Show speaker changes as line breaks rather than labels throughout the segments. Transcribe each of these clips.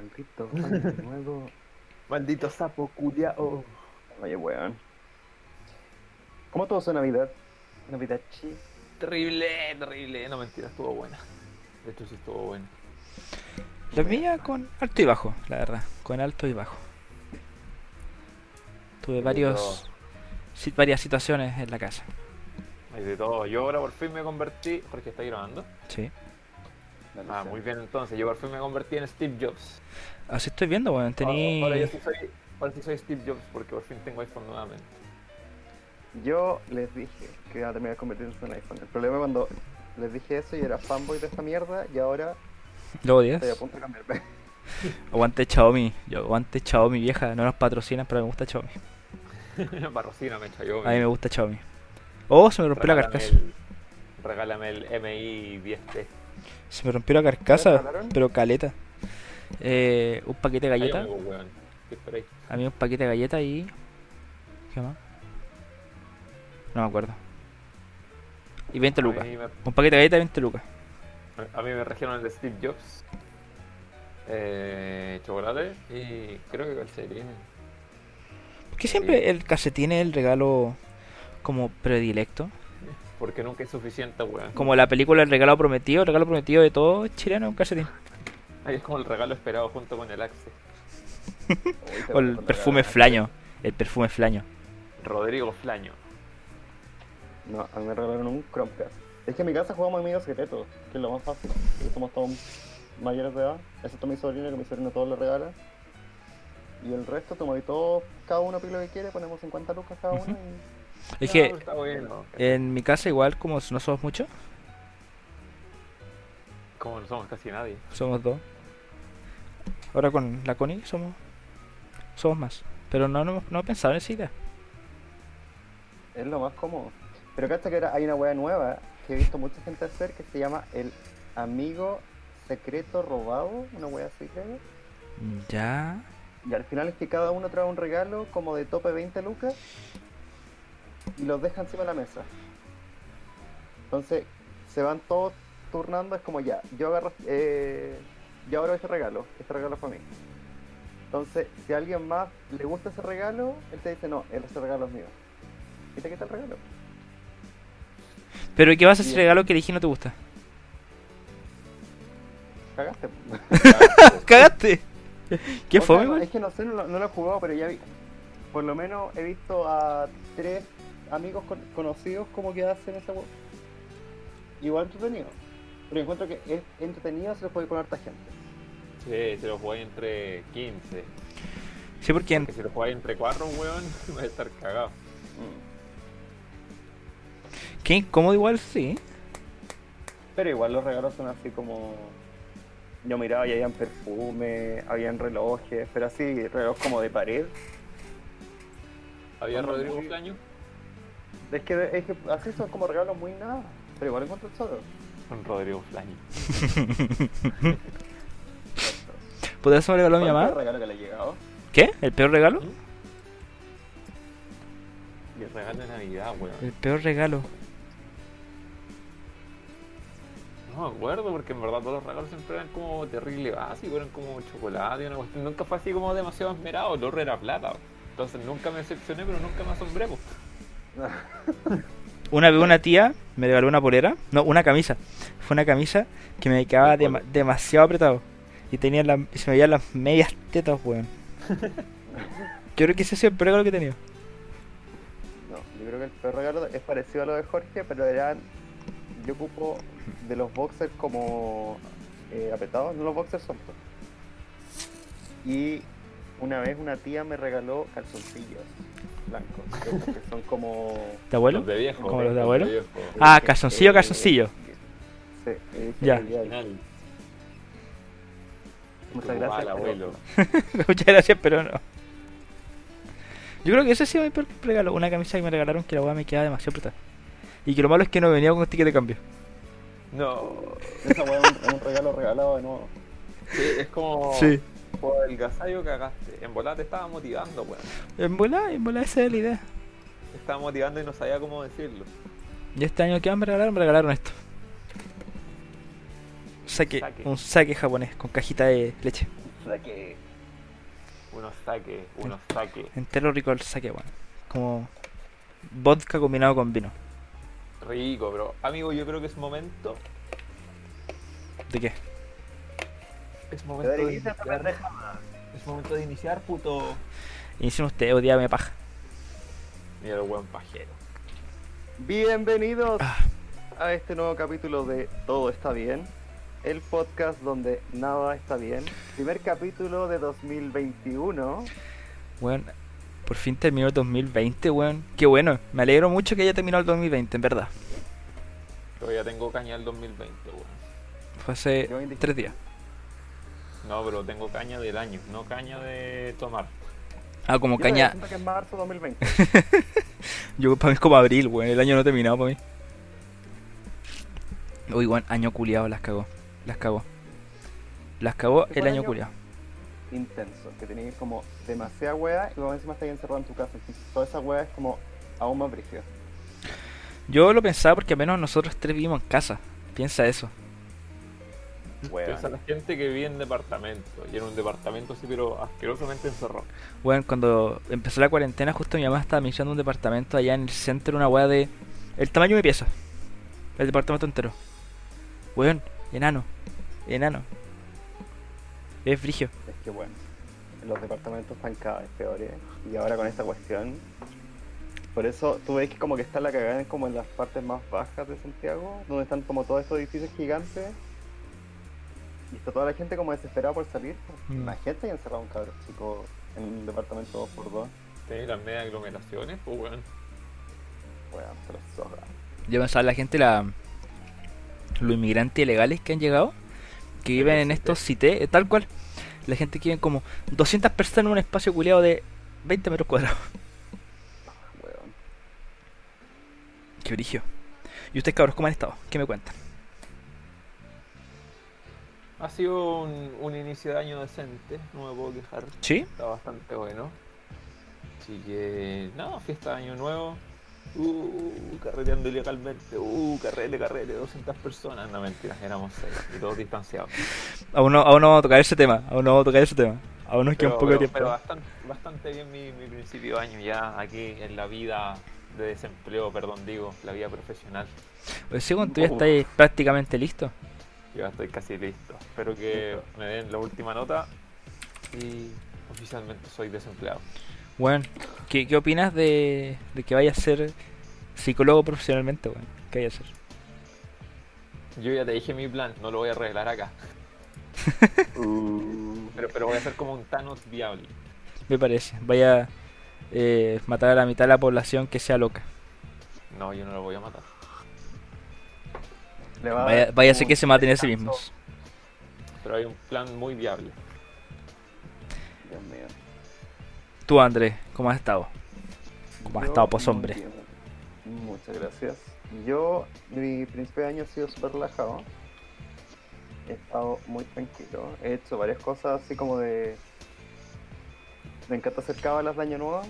maldito, pan de nuevo.
Maldito sapo culiao. Oye, weón. ¿Cómo todo su Navidad? Navidad chi.
Terrible, terrible. No mentira, estuvo buena. De hecho, sí estuvo buena.
La mía con alto y bajo, la verdad. Con alto y bajo. Tuve varios, si- varias situaciones en la casa.
Hay de todo. Yo ahora por fin me convertí. Jorge, ¿está grabando?
Sí.
Ah, muy bien entonces. Yo por fin me convertí en Steve Jobs.
Así Ah, estoy viendo, weón.
Ah,
Tení.
Ahora, ahora yo sí soy, ahora sí soy Steve Jobs porque por fin tengo iPhone nuevamente.
Yo les dije que iba a terminar convirtiéndose en iPhone. El problema es cuando les dije eso y era fanboy de esta mierda y ahora
¿Lo odias?
estoy a punto de cambiarme.
Aguante Xiaomi. Yo aguante Xiaomi vieja. No nos patrocinan, pero me gusta Xiaomi.
Barrocina me echó
A mí me gusta Xiaomi. Oh, se me rompió la carcasa.
Regálame el MI 10T.
Se me rompió la carcasa,
regalaron?
pero caleta. Eh, un paquete de
Ay,
galletas.
amigo, weón. ¿Qué esperáis?
A mí un paquete de galletas y. ¿Qué más? No me acuerdo. Y 20
A
lucas.
mí me-
Un paquete de galletas y 20 lucas.
A mí me regieron el de Steve Jobs, eh, chocolate y creo que calcetines.
Que siempre el calcetín es el regalo como predilecto.
Porque nunca es suficiente, weón.
Como la película El regalo prometido, el regalo prometido de todo chileno es un calcetín.
Ahí es como el regalo esperado junto con el Axe.
Uy, te
O el
voy a
perfume
regalar.
flaño. El perfume flaño.
Rodrigo Flaño.
No, a mí me regalaron un Chromecast. Es que en mi casa jugamos amigos secretos, que es lo más fácil. Porque somos todos mayores de edad, excepto mi sobrino, que mi sobrino todo le regala. Y el resto, como ahí todos, cada uno pide lo que quiere, ponemos 50 lucas cada uno y...
Es que eh,
No, está bueno.
en mi casa igual como no somos muchos,
Como no somos casi nadie.
somos dos. Ahora con la Connie somos somos más. Pero no, no, no he pensado en esa idea.
Es lo más cómodo. Pero cacha que ahora hay una wea nueva que he visto mucha gente hacer que se llama el amigo secreto robado, una wea así creo.
Mm, Ya.
Y al final es que cada uno trae un regalo como de tope 20 lucas y los deja encima de la mesa. Entonces se van todos turnando, es como ya, yo agarro, eh, yo abro este regalo, este regalo es para mí. Entonces, si a alguien más le gusta ese regalo, él te dice, no, ese regalo es mío. Y te quita el regalo.
Pero ¿y ¿qué vas a hacer
Bien.
regalo que elegí no te gusta?
Cagaste. pues.
¡Cagaste! ¿Qué
O sea,
fue,
no, Es que no sé, no, lo- no lo he jugado, pero ya vi. Por lo menos he visto a tres amigos con- conocidos como que hacen esa web. Igual entretenido. Pero encuentro que es entretenido se lo puede ir con harta gente.
Sí, se lo jugáis entre 15.
Sí, porque en-
Que si lo jugáis entre 4, weón, va a estar cagado.
Mm. qué incómodo igual, sí.
Pero igual los regalos son así como. Yo miraba y habían perfume, habían relojes, pero así, reloj como de pared.
¿Había
Bueno,
Rodrigo
muy-
Flaño?
Es que, es que así son como regalos muy nada. Pero igual encuentro el solo.
Con Rodrigo Flaño.
¿Podrías haberme regalado a
¿Cuál
mi
fue
mamá?
el regalo que le ha llegado?
¿Qué? ¿El peor regalo?
Y el regalo de Navidad,
El
weón.
peor regalo.
No me acuerdo porque en verdad todos los regalos siempre eran como terrible básicos, eran como chocolate, una cuestión. Nunca fue así como demasiado esmerado, el oro era plata. Entonces nunca me decepcioné, pero nunca me asombré. pues. po.
Una vez una tía me regaló una polera, no, una camisa. Fue una camisa que me quedaba
¿De
dema-
cuál?
demasiado apretado. Y tenía la- y se me veían las medias tetas, weón. Yo creo que ese ha sido el peor regalo que he tenido.
No, yo creo que el peor regalo es parecido a lo de Jorge, pero eran. Yo ocupo de los boxers como eh, apretados, no los boxers sueltos. Y una vez una tía me regaló calzoncillos blancos, esos que son como.
¿De abuelo?
Los de viejo. eh,
¿Como los de
los
abuelo?
viejo.
Ah, calzoncillo, calzoncillo.
Sí, eh, y dije,
Ya.
Final.
Muchas
Como
gracias,
al
pero-
abuelo.
Muchas gracias, pero no. Yo creo que ese ha sido mi peor regalo. Una camisa que me regalaron que la weá me quedaba demasiado apretada. Y que lo malo es que no venía con ticket de cambio.
No.
Esa hueá es un- es un regalo regalado de nuevo.
Sí, es como.
Sí.
Por el gasallo cagaste. En volar te estaba motivando, weón.
En bola, en bola, esa es la idea.
Te estaba motivando y no sabía cómo decirlo.
Y este año que me regalaron, me regalaron esto. Saque,
Sake.
un saque japonés con cajita de leche.
Saque.
Unos saques, unos saques.
Entero rico el saque, weón. Como vodka combinado con vino.
Rico, bro. Amigo, yo creo que es momento.
¿De qué?
Es
Te
momento
daré
de
inicio a esta
iniciar.
pendejada.
Es momento de iniciar, puto.
Inician ustedes, odiame paja.
Mira el buen pajero.
Bienvenidos
Ah.
a este nuevo capítulo de Todo está bien, el podcast donde nada está bien. Primer capítulo de 2021.
Weón, por fin terminó el 2020, weón. Qué bueno. Me alegro mucho que haya terminado el 2020, en verdad.
Todavía tengo caña del 2020, weón.
Fue hace
Yo indiqué-
tres días.
No, pero tengo caña del año, no caña de tomar.
Ah, como
Yo
caña.
siento que es marzo 2020.
Yo para mí es como abril, weón. El año no ha terminado para mí. Uy, weón, año culiado, las cagó. Las cagó. Las cagó
¿Qué fue
el
el
año
año?
culiado.
Intenso, que tenía como demasiada wea y luego encima estás encerrado en tu casa. Entonces, toda esa wea es como aún más brígida.
Yo lo pensaba porque al menos nosotros tres vivimos en casa. Piensa eso.
Piensa la gente que vive en departamento, y en un departamento sí, pero asquerosamente encerrado.
Bueno, cuando empezó la cuarentena, justo mi mamá estaba misiando un departamento allá en el centro, una weá de. El tamaño de mi pieza. El departamento entero. Weón, enano. Enano. Es frigio.
Es que bueno, los departamentos están cada vez peores. Y ahora con esta cuestión. Por eso tú ves que como que está la cagada en como en las partes más bajas de Santiago, donde están como todos estos edificios gigantes. Y está toda la gente como desesperada por salir.
Mm.
La gente y encerrado un cabrón chico en un departamento 2x2.
Tenéis Este, las medias aglomeraciones, pues weón.
Bueno, pero zorra.
Yo pensaba la gente, la, los inmigrantes ilegales que han llegado, que viven en estos CITE, eh, tal cual. La gente que viven como 200 personas en un espacio culeado de 20 metros cuadrados.
Weón.
Qué brigio. ¿Y ustedes, cabros, cómo han estado? ¿Qué me cuentan?
Ha sido un, un inicio de año decente, no me puedo quejar.
¿Sí?
Está bastante bueno. Así que, nada, fiesta de año nuevo. Uh, carreteando ilegalmente. Uh, carrete, carrete, 200 personas. No, mentiras, éramos seis y todos distanciados.
Aún no, aún no vamos a tocar ese tema. Aún no vamos a tocar ese tema. Aún nos queda un poco de tiempo.
pero bastante, bastante bien mi, mi principio de año ya aquí en la vida de desempleo, perdón, digo, la vida profesional.
Pues sí, bueno, tú ya
Uf.
estás prácticamente listo.
Yo ya estoy casi listo. Espero que me den la última nota y oficialmente soy desempleado.
Bueno, ¿qué, qué opinas de, de que vayas a ser psicólogo profesionalmente, bueno? ¿Qué vayas a ser?
Yo ya te dije mi plan, no lo voy a arreglar acá. Pero, pero voy a ser como un Thanos viable.
Me parece. Vaya eh, matar a la mitad de la población que sea loca.
No, yo no lo voy a matar.
Le va a
Vaya,
dar
vaya a ser
un
que se maten a sí
descanso.
mismos.
Pero hay un plan muy viable.
Dios mío.
Tú, Andrés, ¿cómo has estado? ¿Cómo has
Yo,
estado, pues,
muy
hombre?
bien. Muchas gracias. Yo, mi principio de año ha sido súper relajado. He estado muy tranquilo. He hecho varias cosas así como de... Me encanta hacer cábalas de año nuevo.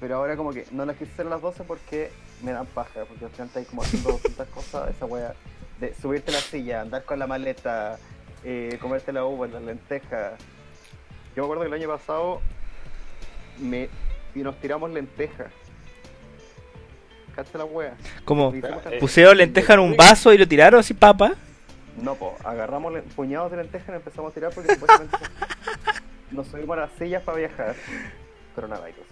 Pero ahora como que no las quise hacer a las 12 porque me dan paja. Porque al final estáis como haciendo 200 cosas. Esa wea de subirte a la silla, andar con la maleta, eh, comerte la uva, las lentejas. Yo me acuerdo que el año pasado me, y nos tiramos lentejas. Cacha la wea.
¿Cómo?
Nos hicimos
eh,
¿Pusieron lenteja en un vaso y lo tiraron así, papa?
No, po, agarramos len- puñados de lentejas y nos empezamos a tirar porque supuestamente nos subimos a las sillas para viajar. Coronavirus.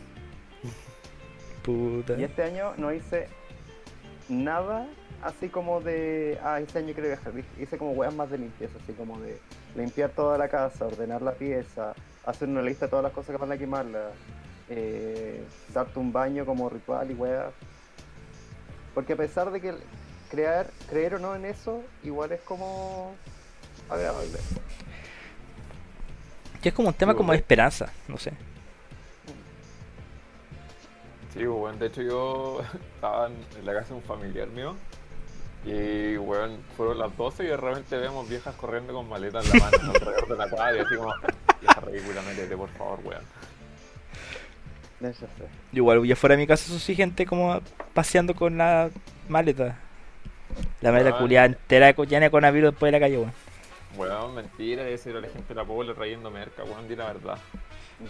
Puta.
Y este año no hice nada así como de. Ah, este año quiero viajar. Hice como weas más de limpieza, así como de limpiar toda la casa, ordenar la pieza, hacer una lista de todas las cosas que van a quemarla, eh, darte un baño como ritual y weas. Porque a pesar de que el- crear, creer o no en eso, igual es como agradable.
Que es como un tema
Yo,
como de
güey.
esperanza, no sé.
Sí, pues, weón, de hecho yo estaba en la casa de un familiar mío y, weón, fueron las 12 y de repente vemos viejas corriendo con maletas en la mano alrededor de la cuadra y así como, vieja ridícula, métete, por favor, weón.
Ya sé.
Yo Igual, yo fuera de mi casa, eso sí, gente como paseando con la maleta. La maleta
Ah,
culiada
ya.
entera co- llena de coronavirus después de la calle, weón.
Weón, mentira, debe ser la gente de la pobre trayendo merca, weón, di la verdad.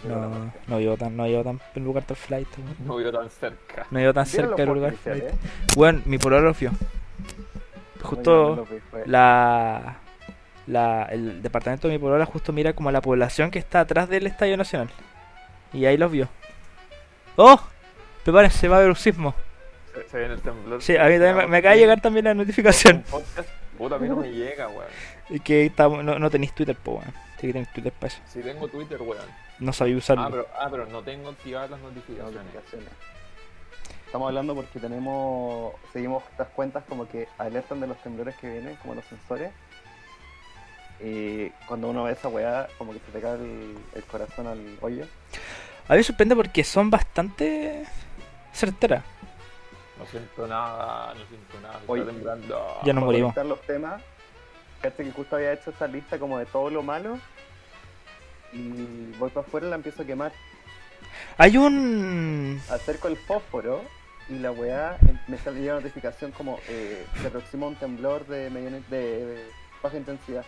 No, no llevo tan, no llevo tan el lugar del flight, weón.
No vivo tan cerca.
No llevo tan cerca del lugar del
¿eh?
flight. Weón, mi pololo fio. Justo la, la, el departamento de mi polola justo mira como la población que está atrás del Estadio Nacional. Y ahí los vio. ¡Oh! Prepárense, va a haber un sismo.
Se, se viene el temblor.
Sí, a mí también me, me acaba de llegar también la notificación.
Un podcast, Puta, a mí no me llega, weón.
Y que estamos- no, no tenéis Twitter, po, weón. Sí que tenéis Twitter para eso.
Si tengo Twitter, weón.
No sabéis
Ah
usarlo.
pero, ah, pero no tengo activadas las notificaciones.
Notificaciones. Estamos hablando porque tenemos, seguimos estas cuentas como que alertan de los temblores que vienen, como los sensores. Y cuando uno ve esa weá, como que se te cae el, el corazón al hoyo.
A mí me sorprende porque son bastante certeras.
No siento nada, no siento nada.
Oye.
Está temblando.
Ya no
Para
morimos.
conectar los temas, caché que justo había hecho esta lista como de todo lo malo. Y voy para afuera y la empiezo a quemar.
Hay un...
acerco el fósforo y la weá em- me salió la notificación como eh, se aproxima un temblor de, mediana- de, de baja intensidad.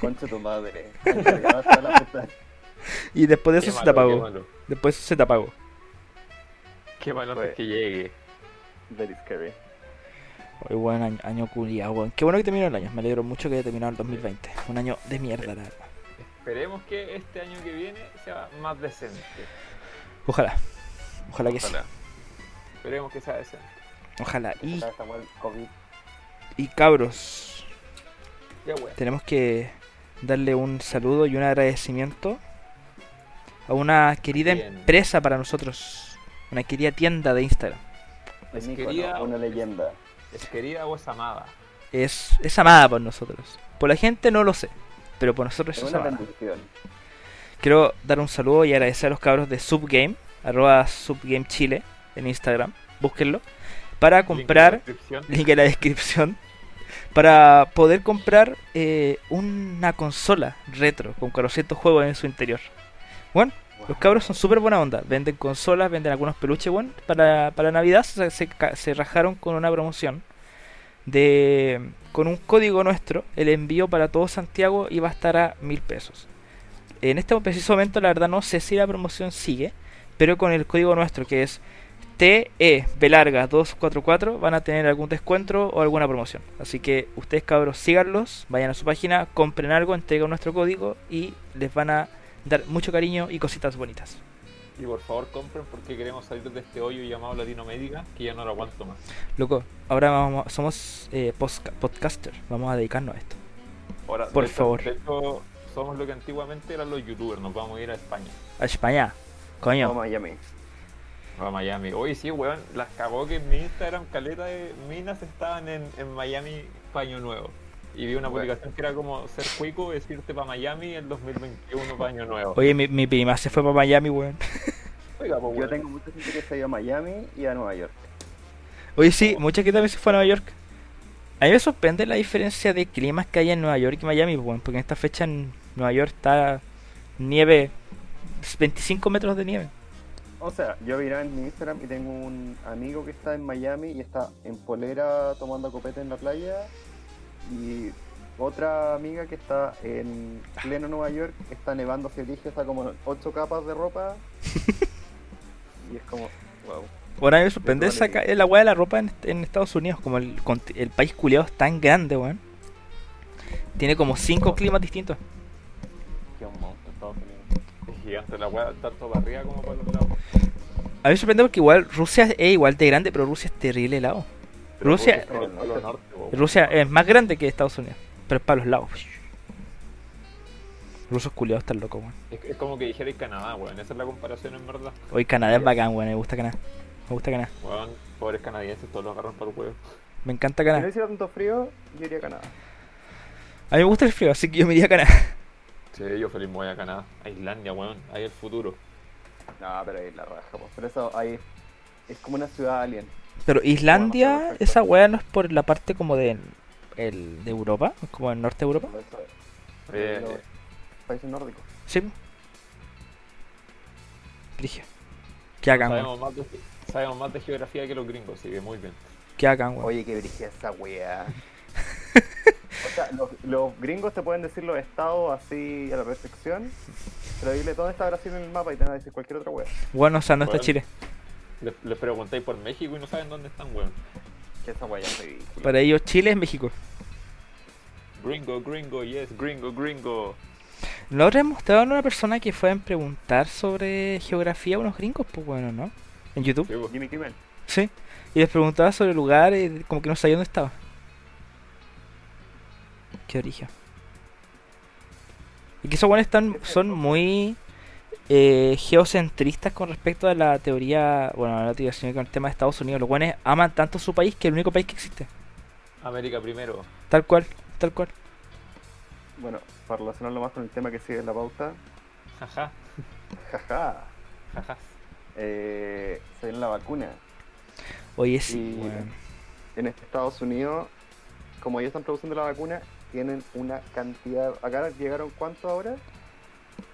Concha tu madre. Encargaba hasta la puta.
Y después de eso se te apagó.
Qué
Después eso se te apagó.
Qué malo antes
Oye.
que llegue.
Very scary.
Ay, buen año, año culiao, weón. Qué bueno que terminó el año. Me alegro mucho que haya terminado el 2020. Un año de mierda, la verdad.
Esperemos que este año que viene sea más decente.
Ojalá. Ojalá que
Ojalá. Esperemos que sea decente.
sí. Ojalá.
Que se
Y,
acabe esta weá del COVID.
y cabros,
Ya, weón.
tenemos que darle un saludo y un agradecimiento a una querida
Bien.
empresa para nosotros. Una querida tienda de Instagram.
Es un
querida-
ícono, una leyenda.
Es querida o es amada.
Es, es amada por nosotros. Por la gente no lo sé. Pero por nosotros
Es
es
una
amada.
bendición.
Quiero dar un saludo y agradecer a los cabros de Subgame, arroba Subgame Chile en Instagram, búsquenlo, para comprar,
Link en la descripción.
link en la descripción, para poder comprar eh, una consola retro con 400 juegos en su interior. Bueno, los cabros son súper buena onda, venden consolas, venden algunos peluches, bueno, para, para Navidad se, se ca- se rajaron con una promoción de con un código nuestro, el envío para todo Santiago iba a estar a mil pesos. En este preciso momento, la verdad, no sé si la promoción sigue, pero con el código nuestro que es E, TE Belarga 244 van a tener algún descuento o alguna promoción. Así que ustedes, cabros, síganlos, vayan a su página, compren algo, entreguen nuestro código y les van a dar mucho cariño y cositas bonitas.
Y por favor compren porque queremos salir de este hoyo llamado Latinoamérica que ya no lo aguanto más.
Loco, ahora vamos, somos eh, posca- podcaster, vamos a dedicarnos a esto.
Ahora,
Por
de hecho-
favor.
De hecho, somos lo que antiguamente eran los youtubers. Nos vamos a ir a España,
A España,
No,
coño.
Miami.
a Miami. Oye, sí, weón, las cagó que en mi Instagram caleta de minas estaban en, en Miami paño nuevo. Y vi una
Weón.
publicación que era como ser cuico, es irte para Miami el 2021 paño nuevo.
Oye, mi, mi prima se fue para Miami, weón.
Oiga, pues,
Yo
weón,
tengo mucha gente que se ha ido a Miami y a Nueva York.
Oye, sí, mucha gente también se fue a Nueva York. A mí me sorprende la diferencia de climas que hay en Nueva York y Miami, weón, porque en esta fecha en Nueva York está nieve, 25 metros de nieve.
O sea, yo miraba en mi Instagram y tengo un amigo que está en Miami y está en polera tomando copete en la playa. Y otra amiga que está en pleno Nueva York, está nevando hacia el origen, está como en ocho capas de ropa. y es como, wow.
Bueno, a mí me sorprende
Eso
esa
vale.
ca- la weá de la ropa en, en Estados Unidos, como el, conti- el país culiado es tan grande, weón. Tiene como 5 climas distintos.
Qué un monstruo Estados Unidos.
es gigante la weá, tanto para arriba como para los lados.
A mí me sorprende porque igual Rusia es igual de grande, pero Rusia es terrible helado.
Pero Rusia
Rusia-
es por el polo norte, pues, weón.
Rusia es más grande que Estados Unidos, pero es para los lados. Rusos culiados están locos, weón.
Es, es como que dijerais Canadá, weón. Esa es la comparación en verdad.
Hoy Canadá es bacán, weón. Me gusta Canadá. Me gusta Canadá.
Weón, pobres canadienses, todos los agarran por el huevo.
Me encanta
Si no
Canadá.
hiciera tanto frío, yo iría a Canadá.
A mí me gusta el frío, así que yo me iría a Canadá.
Sí, yo feliz me voy a Canadá. A Islandia, weón. Ahí el futuro.
No, pero ahí es la raja, pues. Pero eso ahí es como una ciudad alien.
Pero
Bueno,
Islandia,
perfecto.
esa weá no es por la parte como de, el, de Europa, como el norte de Europa.
Por eso,
Eh,
los países nórdicos.
Sí. Brigio. Que hagan, weón.
sabemos, más de, sabemos más de geografía que los gringos, así que muy bien.
Que hagan, weón.
Oye, qué brilla esa weá. sea, los, los gringos te pueden decir los estados así a la perfección, pero dile dónde está Brasil en el mapa y te van a decir cualquier otra wea.
Bueno, o sea, no
Bueno.
está Chile.
Les, les preguntáis por México y no saben dónde están, weón.
Que esa wea ya es ridícula.
Para ellos Chile es México.
Gringo, gringo, yes, gringo, gringo.
La otra vez mostraron a una persona que fue a preguntar sobre geografía a unos gringos, pues bueno, ¿no? En YouTube.
Sí, po.
Jimmy Kimmel.
Sí. Y les preguntaba sobre lugares, como que no sabía dónde estaba. Qué origen. Y que esos buenos están, son muy eh, geocentristas con respecto a la teoría, bueno, no la teoría, sino con el tema de Estados Unidos. Los buenos aman tanto su país que es el único país que existe.
América primero.
Tal cual, tal cual.
Bueno, para relacionarlo más con el tema que sigue en la pauta,
Jaja,
jaja,
jaja.
eh, se viene la vacuna.
Oye, sí,
Y-
weón.
en este Estados Unidos, como ellos están produciendo la vacuna, tienen una cantidad. ¿Acá llegaron cuánto ahora?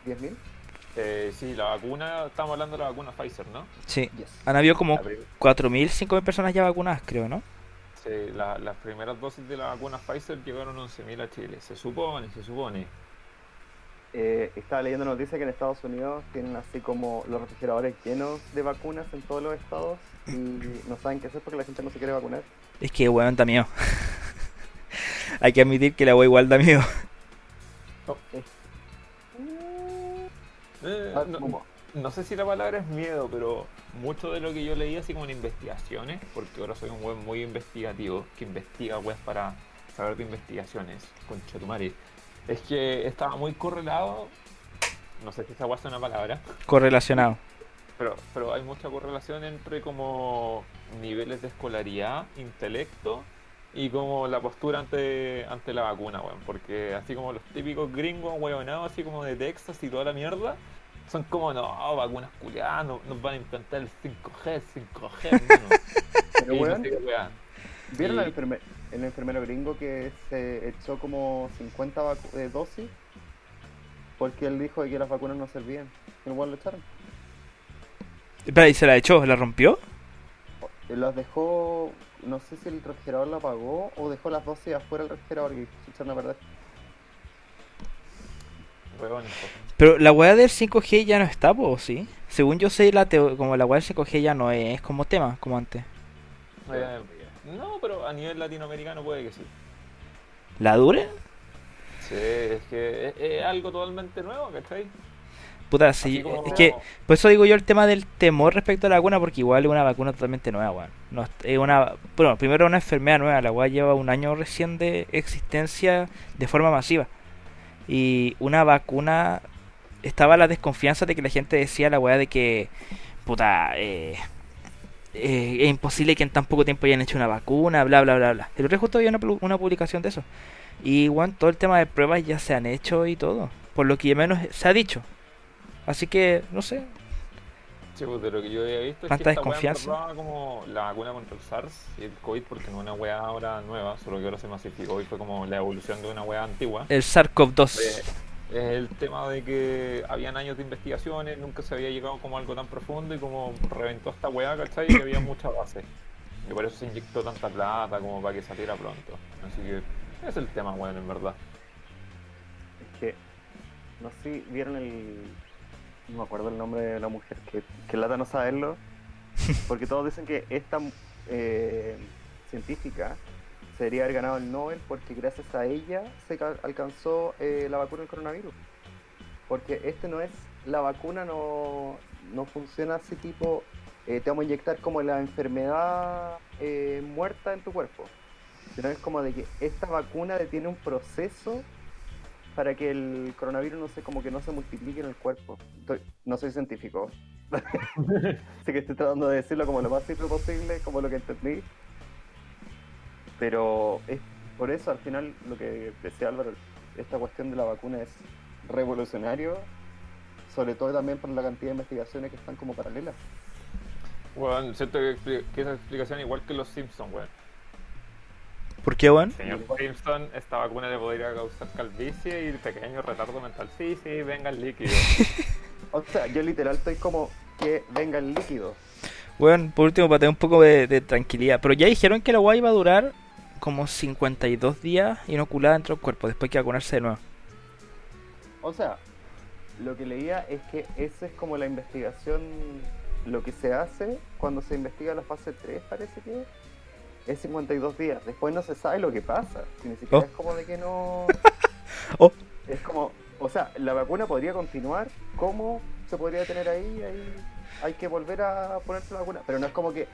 ¿10.000?
Eh, sí, la vacuna, estamos hablando de la vacuna Pfizer, ¿no?
Sí.
Yes.
Han habido como
La prim-
4.000, 5.000 personas ya vacunadas, creo, ¿no?
sí, la- las primeras dosis de la vacuna Pfizer llegaron 11.000 a Chile. Se supone, se supone.
Eh, estaba leyendo noticias que en Estados Unidos tienen así como los refrigeradores llenos de vacunas en todos los estados y no saben qué hacer porque la gente no se quiere vacunar.
Es que, weón, da miedo. Hay que admitir que la wea igual da miedo.
Eh,
Ah,
no-
como-
no sé si la palabra es miedo, pero mucho de lo que yo leí así como en investigaciones, porque ahora soy un web muy investigativo, que investiga webs para saber de investigaciones, con Chetumari, es que estaba muy correlado, no sé si esa web es una palabra,
Correlacionado.
pero, pero hay mucha correlación entre como niveles de escolaridad, intelecto y como la postura ante, ante la vacuna, weón. Porque así como los típicos gringos, weonados, así como de Texas y toda la mierda, son como, no, vacunas culiadas, no- nos van a implantar el 5G, 5G, hermano.
Pero,
Y no
weón,
sé qué weá.
¿Vieron
Y-
al enferme- el enfermero gringo que se echó como 50 vacu- eh, dosis? Porque él dijo que las vacunas no servían. Y Igual lo echaron.
Espera, ¿y se la echó? ¿La rompió?
Las dejó, no sé si el refrigerador la apagó o dejó las dosis afuera del refrigerador y se echaron a perder.
Weones, po.
Pero la weá del 5G ya no está, po, ¿o ¿sí? Según yo sé, la teo- como la weá del 5G ya no es como tema, como antes.
Eh, no, pero a nivel latinoamericano puede que sí.
¿La dure?
Sí, es que es, es algo totalmente nuevo, ¿cachai?
Puta,
Así
sí.
como-
Es que, por eso digo yo el tema del temor respecto a la vacuna, porque igual es una vacuna totalmente nueva, weón. No, es- es una, bueno, primero es una enfermedad nueva, la weá lleva un año recién de existencia de forma masiva. Y una vacuna, estaba la desconfianza de que la gente decía la weá de que, puta, eh, eh, es imposible que en tan poco tiempo hayan hecho una vacuna, bla, bla, bla, bla. El otro día justo había una, pu- una publicación de eso. Y, weón, todo el tema de pruebas ya se han hecho y todo. Por lo que menos se ha dicho. Así que, no sé,
Sí, pues, de lo que yo había visto es
Tanta
que esta weá en
desconfianza.
verdad como la vacuna contra el SARS y el COVID, porque no es una weá ahora nueva, solo que ahora se masificó y fue como la evolución de una weá antigua.
El SARS-CoV-2.
Eh, Es el tema de que habían años de investigaciones, nunca se había llegado como a algo tan profundo y como reventó esta weá, ¿cachai? Y había mucha base. Y por eso se inyectó tanta plata como para que saliera pronto. Así que ese es el tema, weón, en verdad.
Es que, no sé si vieron el. No me acuerdo el nombre de la mujer, que, que lata no saberlo. Porque todos dicen que esta eh, científica se debería haber ganado el Nobel porque gracias a ella se ca- alcanzó eh, la vacuna del coronavirus. Porque este no es. La vacuna no, no funciona así, tipo. eh, te vamos a inyectar como la enfermedad eh, muerta en tu cuerpo. Sino es como de que esta vacuna detiene un proceso para que el coronavirus no se como que no se multiplique en el cuerpo. Estoy- no soy científico. Así que estoy tratando de decirlo como lo más simple posible, como lo que entendí. Pero es por eso al final lo que decía Álvaro, esta cuestión de la vacuna es revolucionario, sobre todo también por la cantidad de investigaciones que están como paralelas.
Weón, siento que, expli- que esa explicación igual que los Simpsons, weón.
¿Por qué, weón?
Señor Simpson, esta vacuna le podría causar calvicie y pequeño retardo mental. Sí, sí, venga el líquido.
O sea, yo literal estoy como que venga el líquido.
Weón, por último, para tener un poco de, de tranquilidad. Pero ya dijeron que la weá iba a durar como 52 días inoculada dentro del cuerpo, después hay que vacunarse de nuevo.
O sea, lo que leía es que esa es como la investigación, lo que se hace cuando se investiga la fase 3, parece que es, es 52 días. Después no se sabe lo que pasa. si Ni siquiera
Oh.
es como de que no.
Oh.
Es como, o sea, la vacuna podría continuar. ¿Cómo se podría tener ahí? ahí hay que volver a ponerse la vacuna. Pero no es como que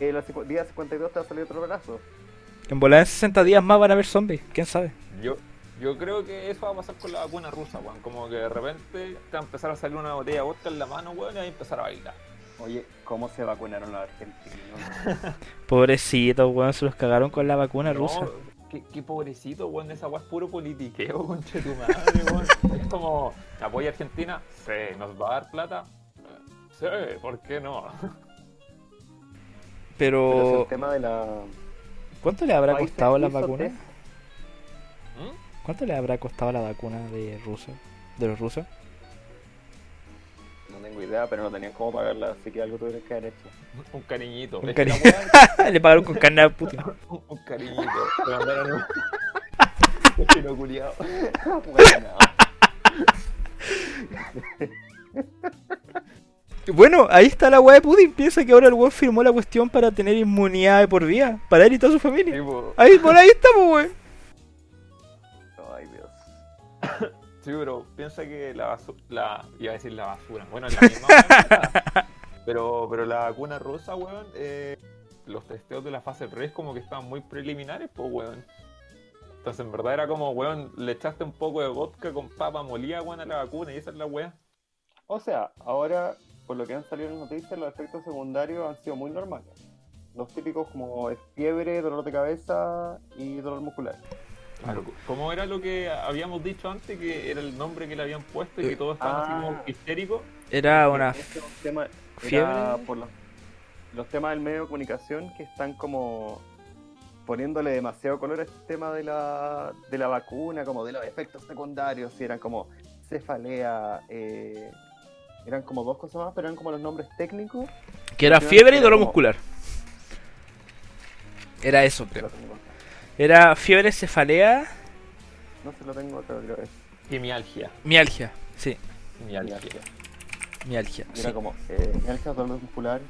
el día 52 te va a salir otro brazo.
En volada en 60 días más van a haber zombies, quién sabe.
Yo, yo creo que eso va a pasar con la vacuna rusa, weón. Como que de repente te va a empezar a salir una botella de vodka en la mano, weón, y vas a empezar a bailar.
Oye, ¿cómo se vacunaron los argentinos?
Pobrecitos, weón, se los cagaron con la vacuna
No,
rusa.
Qué, qué pobrecito, weón. Esa weá es puro politiqueo, conche tu madre, weón. Es como, apoya a Argentina, sí, nos va a dar plata. Sí, ¿por qué no?
Pero si
Pero,
el tema de la.
¿cuánto le Oh. habrá
países
costado la
hizo
vacuna?
test,
¿Mm?
¿Cuánto le habrá costado la vacuna de ruso? ¿De los rusos?
No tengo idea, pero no tenían cómo pagarla, así que algo tuvieron que haber hecho.
Un cariñito.
Un
Es que la
cari-
weá
le pagaron con carne a Putin.
Un, un cariñito. Te mandaron un. Cochino culiao.
Bueno,
Bueno, ahí está la weá de Putin. Piensa que ahora el weón firmó la cuestión para tener inmunidad de por vida. Para él y toda su familia.
Tipo,
Ahí, por ahí estamos, weón.
Ay, Dios.
Sí, pero piensa que la basura. La, iba a decir la basura. Bueno, es la misma. weá. pero, pero la vacuna rusa, weón. eh, los testeos de la fase 3 como que estaban muy preliminares, pues, weón. Entonces, en verdad era como, weón, le echaste un poco de vodka con papa molida, weón, a la vacuna y esa es la weá.
O sea, ahora, por lo que han salido en las noticias, los efectos secundarios han sido muy normales. Los típicos como fiebre, dolor de cabeza y dolor muscular.
Claro, ¿cómo era lo que habíamos dicho antes? Que era el nombre que le habían puesto y que todos estaban así como
Ah.
histéricos.
Era una.
Este es un tema- era
Ah, fiebre.
por los, los temas del medio de comunicación que están como poniéndole demasiado color a este tema de la, de la vacuna, como de los efectos secundarios, y eran como cefalea, eh, eran como dos cosas más, pero eran como los nombres técnicos.
Que era fiebre y dolor muscular. Era eso,
No
creo.
se lo tengo acá.
Era fiebre, cefalea,
No se lo tengo, te lo digo, es-
Quimialgia.
mialgia. Sí,
Quimialgia.
mialgia.
y
Sí.
Era como eh, mialgia, dolor muscular,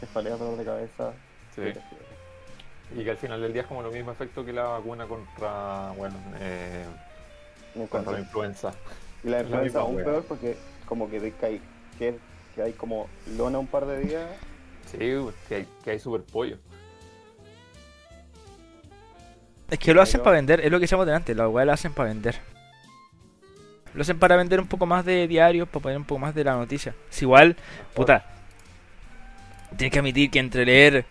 cefalea, dolor de cabeza.
Sí.
fiebre.
Y que al final del día es como lo mismo efecto que la vacuna contra, bueno, eh,
Me
contra
encuentro.
la influenza.
Y la
Es la
influenza
misma
aún
wea.
peor porque como que decae, que, que hay como lona un par de días.
Sí, que hay, que hay super pollo.
Es que lo hacen
Pero-
para vender, es lo que decíamos delante, la weá lo hacen para vender. Lo hacen para vender un poco más de diarios, para poner un poco más de la noticia. Es igual, puta. Tienes que admitir que entre leer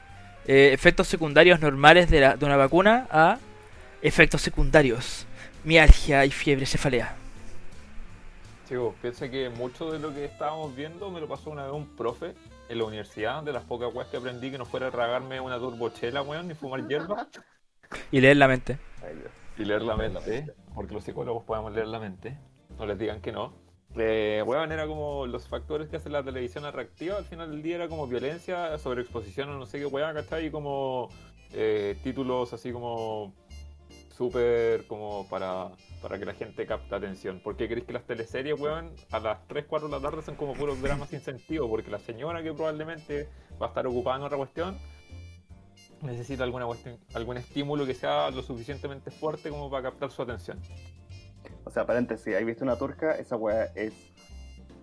eh, efectos secundarios normales de, la- de una vacuna a efectos secundarios, mialgia y fiebre, cefalea.
Chicos, piensa que mucho de lo que estábamos viendo me lo pasó una vez un profe en la universidad, de las pocas weas que aprendí que no fuera a tragarme una turbochela, weón, ni fumar hierba.
Y leer la mente.
Ay, Dios.
Y leer la mente, porque los psicólogos podemos leer la mente, no les digan que no. Eh, weón, era como los factores que hace la televisión atractiva, al final del día era como violencia, sobreexposición o no sé qué weón, ¿cachai? Y como eh, títulos así como súper como para, para que la gente capte atención. Porque creéis que las teleseries, weón, a las 3, 4 de la tarde son como puros dramas sin sentido, porque la señora que probablemente va a estar ocupada en otra cuestión, necesita alguna cuestión, algún estímulo que sea lo suficientemente fuerte como para captar su atención.
O sea, paréntesis, ahí viste una turca, esa weá es...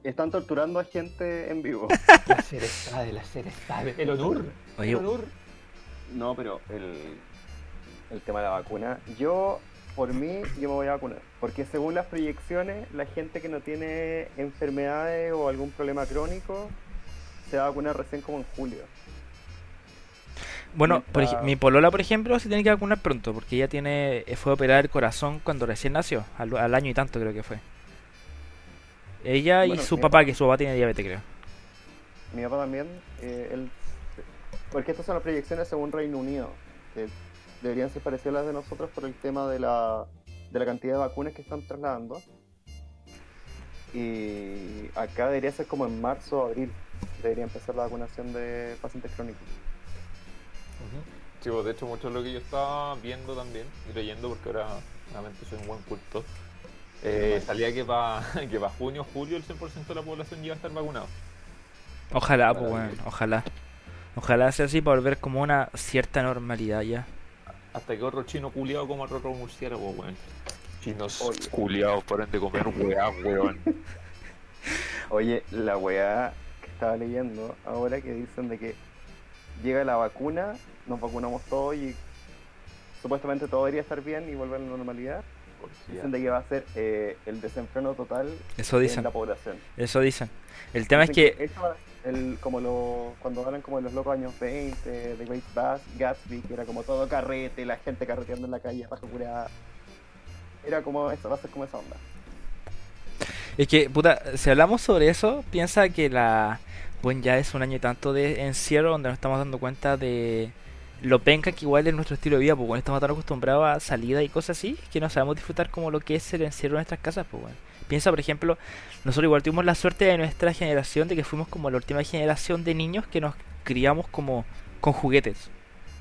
Están torturando a gente en vivo.
La cereza de la cereza El honor.
Oye,
honor.
No, pero el, el tema de la vacuna. Yo, por mí, yo me voy a vacunar. Porque según las proyecciones, la gente que no tiene enfermedades o algún problema crónico se va a vacunar recién como en julio.
bueno, por
mientras-
ej- mi polola, por ejemplo, se tiene que vacunar pronto, porque ella tiene eh, fue operada el corazón cuando recién nació, al, al año y tanto creo que fue. Ella y
Bueno,
su
mira.
papá, que su papá tiene diabetes, creo.
Mi papá también, eh, él- porque estas son las proyecciones según Reino Unido, que deberían ser parecidas a las de nosotros por el tema de la, de la cantidad de vacunas que están trasladando. Y acá debería ser como en marzo o abril, debería empezar la vacunación de pacientes crónicos.
Sí, pues, de hecho, mucho de lo que yo estaba viendo también y leyendo, porque ahora realmente soy un buen culto, eh, salía que para que pa junio julio el 100% de la población ya a estar vacunado.
Ojalá, pues,
Ojalá.
weón, ojalá. Ojalá sea así para volver como una cierta normalidad ya.
Hasta que otro chino culiado como otro murciélago, weón. Chinos
Oye.
culiados paren de comer weá, weón.
Oye, la weá que estaba leyendo ahora que dicen de que llega la vacuna, nos vacunamos todos y supuestamente todo debería estar bien y volver a la normalidad. Dicen de que va a ser eh, el desenfreno total
Eso
en
dicen,
la población.
eso dicen. El tema es
Dicen
que,
eso va- el, como lo, cuando hablan como de los locos años 20, de Great Bass, Gatsby, que era como todo carrete, la gente carreteando en la calle, raja curada. Era como esa, va a ser como esa onda.
es que, puta, si hablamos sobre eso, piensa que la, bueno, ya es un año y tanto de encierro donde nos estamos dando cuenta de lo penca que igual es nuestro estilo de vida, pues, bueno, estamos tan acostumbrados a salidas y cosas así que no sabemos disfrutar como lo que es el encierro en nuestras casas, pues, bueno. Piensa, por ejemplo, nosotros igual tuvimos la suerte de nuestra generación de que fuimos como la última generación de niños que nos criamos como con juguetes,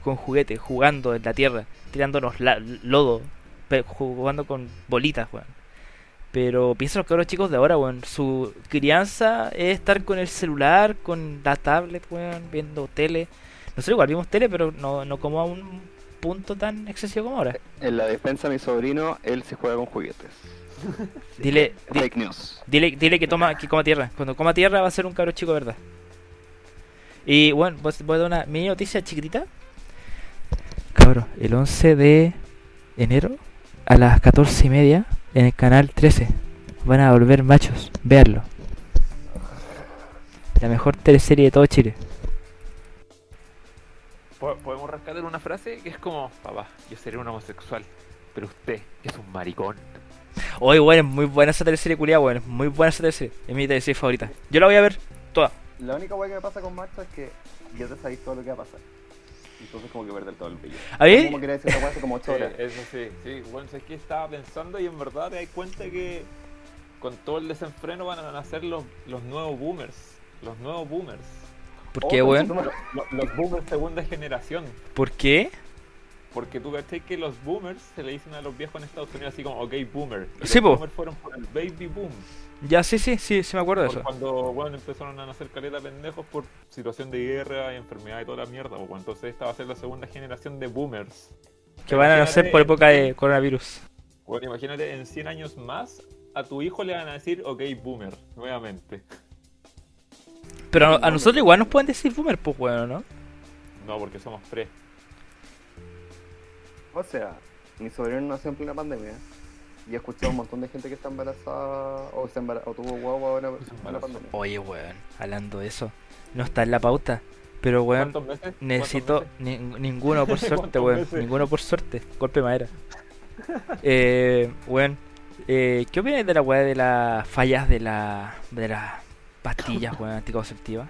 con juguetes, jugando en la tierra, tirándonos la- lodo, pe- jugando con bolitas, weón. Pero piensa los cabros chicos de ahora, weón. Su crianza es estar con el celular, con la tablet, weón, viendo tele. Nosotros igual vimos tele, pero no, no como a un punto tan excesivo como ahora.
En la defensa de mi sobrino, él se juega con juguetes.
Dile, di-
Fake news.
Dile, dile que toma, que coma tierra. Cuando coma tierra va a ser un cabro chico, ¿verdad? Y bueno, pues voy a dar una mini noticia chiquitita. Cabro, el 11 de enero a las 14 y media en el canal 13 van a volver machos. Veanlo. La mejor teleserie de todo Chile.
Po- Podemos rescatar una frase que es como, papá, yo seré un homosexual, pero usted es un maricón.
Hoy, bueno, es muy buena esa teleserie, culiada, bueno. Es muy buena esa teleserie. Es mi teleserie favorita. Yo la voy a ver toda.
La única weá que me pasa con Macho es que ya te sabéis todo lo que va a pasar. Entonces, como que perder todo el brillo.
A ver,
Como que decir esa weá hace como 8 horas.
Eh, eso sí, sí, bueno, es que estaba pensando y en verdad te das cuenta que con todo el desenfreno van a nacer los, los nuevos boomers. Los nuevos boomers.
¿por qué,
Oh,
weón?
conchetumare.
Los, los boomers segunda generación.
¿Por qué?
Porque tú caché que los boomers se le dicen a los viejos en Estados Unidos así como, ok, boomer. Y
Sí, po.
los boomers fueron por el baby boom.
Ya, sí, sí, sí, sí me acuerdo de
Por
eso.
cuando bueno, empezaron a nacer caleta pendejos por situación de guerra y enfermedad y toda la mierda. po. Entonces esta va a ser la segunda generación de boomers.
Que van a nacer por época de coronavirus.
Bueno, imagínate en 100 años más a tu hijo le van a decir, ok, boomer, nuevamente.
Pero a, a nosotros igual nos pueden decir boomer, pues bueno, ¿no?
No, porque somos pre.
O sea, mi sobrino nació en plena pandemia. Y he escuchado un montón de gente que está embarazada o, se embara- o tuvo guagua ahora en la
embarazó.
pandemia.
Oye, weón, hablando de eso, no está en la pauta. Pero weón,
¿Cuántos meses? ¿Cuántos
necesito
meses?
ni- ninguno por suerte,
¿Cuántos
weón.
meses?
Ninguno por suerte. Golpe de madera. Eh, weón, eh, ¿qué opináis de la weá de las fallas de la de las pastillas, weón, anticonceptivas?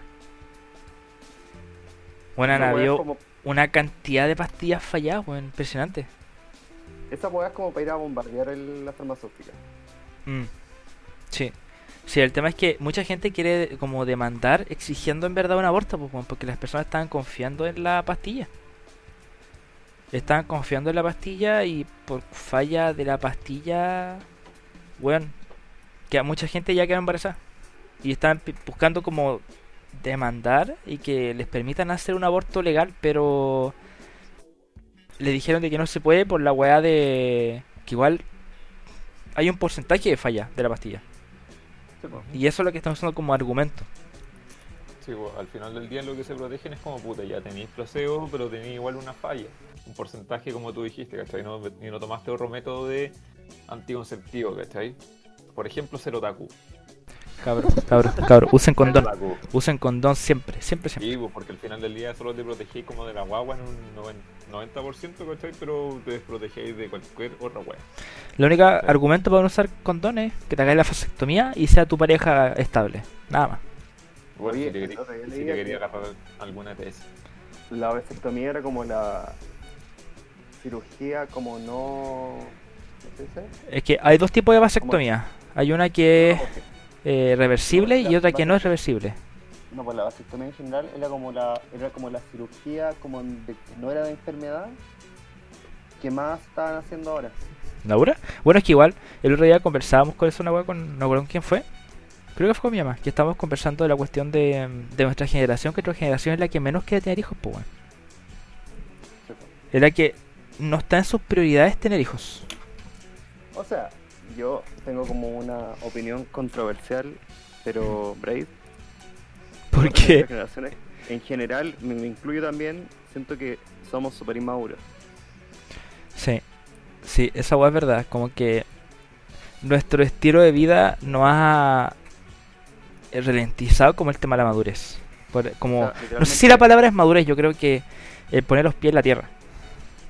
Bueno, han
Esa weá es
habido
como-
una cantidad de pastillas falladas, weón, impresionante.
Esa weá es como para ir a bombardear el- la farmacéutica.
Mm. Sí. Sí, el tema es que mucha gente quiere como demandar exigiendo en verdad un aborto, pues, weón, porque las personas estaban confiando en la pastilla. Estaban confiando en la pastilla y por falla de la pastilla, bueno, que a mucha gente ya quedó embarazada. Y están pi- buscando como demandar y que les permitan hacer un aborto legal, pero le dijeron de que no se puede por la weá de que igual hay un porcentaje de falla de la pastilla. Y eso es lo que estamos usando como argumento.
Sí, bo, al final del día lo que se protegen es como puta, ya tenéis placebo, pero tenéis igual una falla. Un porcentaje como tú dijiste, ¿cachai? No- y no tomaste otro método de anticonceptivo, ¿cachai? Por ejemplo, Cerotaku.
Cabrón, cabrón, cabrón. Usen condón.
Cerotaku.
Usen condón siempre, siempre, siempre.
Sí, bo, porque al final del día solo te protegéis como de la guagua en un noven- 90%, ¿cachai? Pero te desprotegéis de cualquier otra guagua.
La única argumento para no usar condones es que te hagáis la vasectomía y sea tu pareja estable. Nada más.
Bueno,
Oye,
si te quería,
el otro día
si te
leía
quería
que-
agarrar alguna tesis.
La vasectomía era como la cirugía como no... ¿Cómo se dice?
Es que hay dos tipos de vasectomía. Hay una que es
Como que-
eh, reversible y otra que no es reversible.
No, pues la vasectomía en general era como la, era como la cirugía como de que no era de enfermedad que más estaban haciendo ahora.
¿Laura? Bueno, es que igual, el otro día conversábamos con eso, una weá con. No recuerdo quién fue. Creo que fue con mi mamá, que estábamos conversando de la cuestión de, mm, de nuestra generación, que nuestra generación es la que menos quiere tener hijos, pues weón. Es la que no está en sus prioridades tener hijos.
O sea, yo tengo como una opinión controversial, pero Brave.
¿Por
nuestras
qué?
generaciones, En general, me, me incluyo también, siento que somos súper inmaduros.
Sí, sí, esa weá es verdad. Como que nuestro estilo de vida nos ha ralentizado como el tema de la madurez. Por- como,
O sea,
no sé si la
literalmente-
palabra es madurez, yo creo que el poner los pies en la tierra.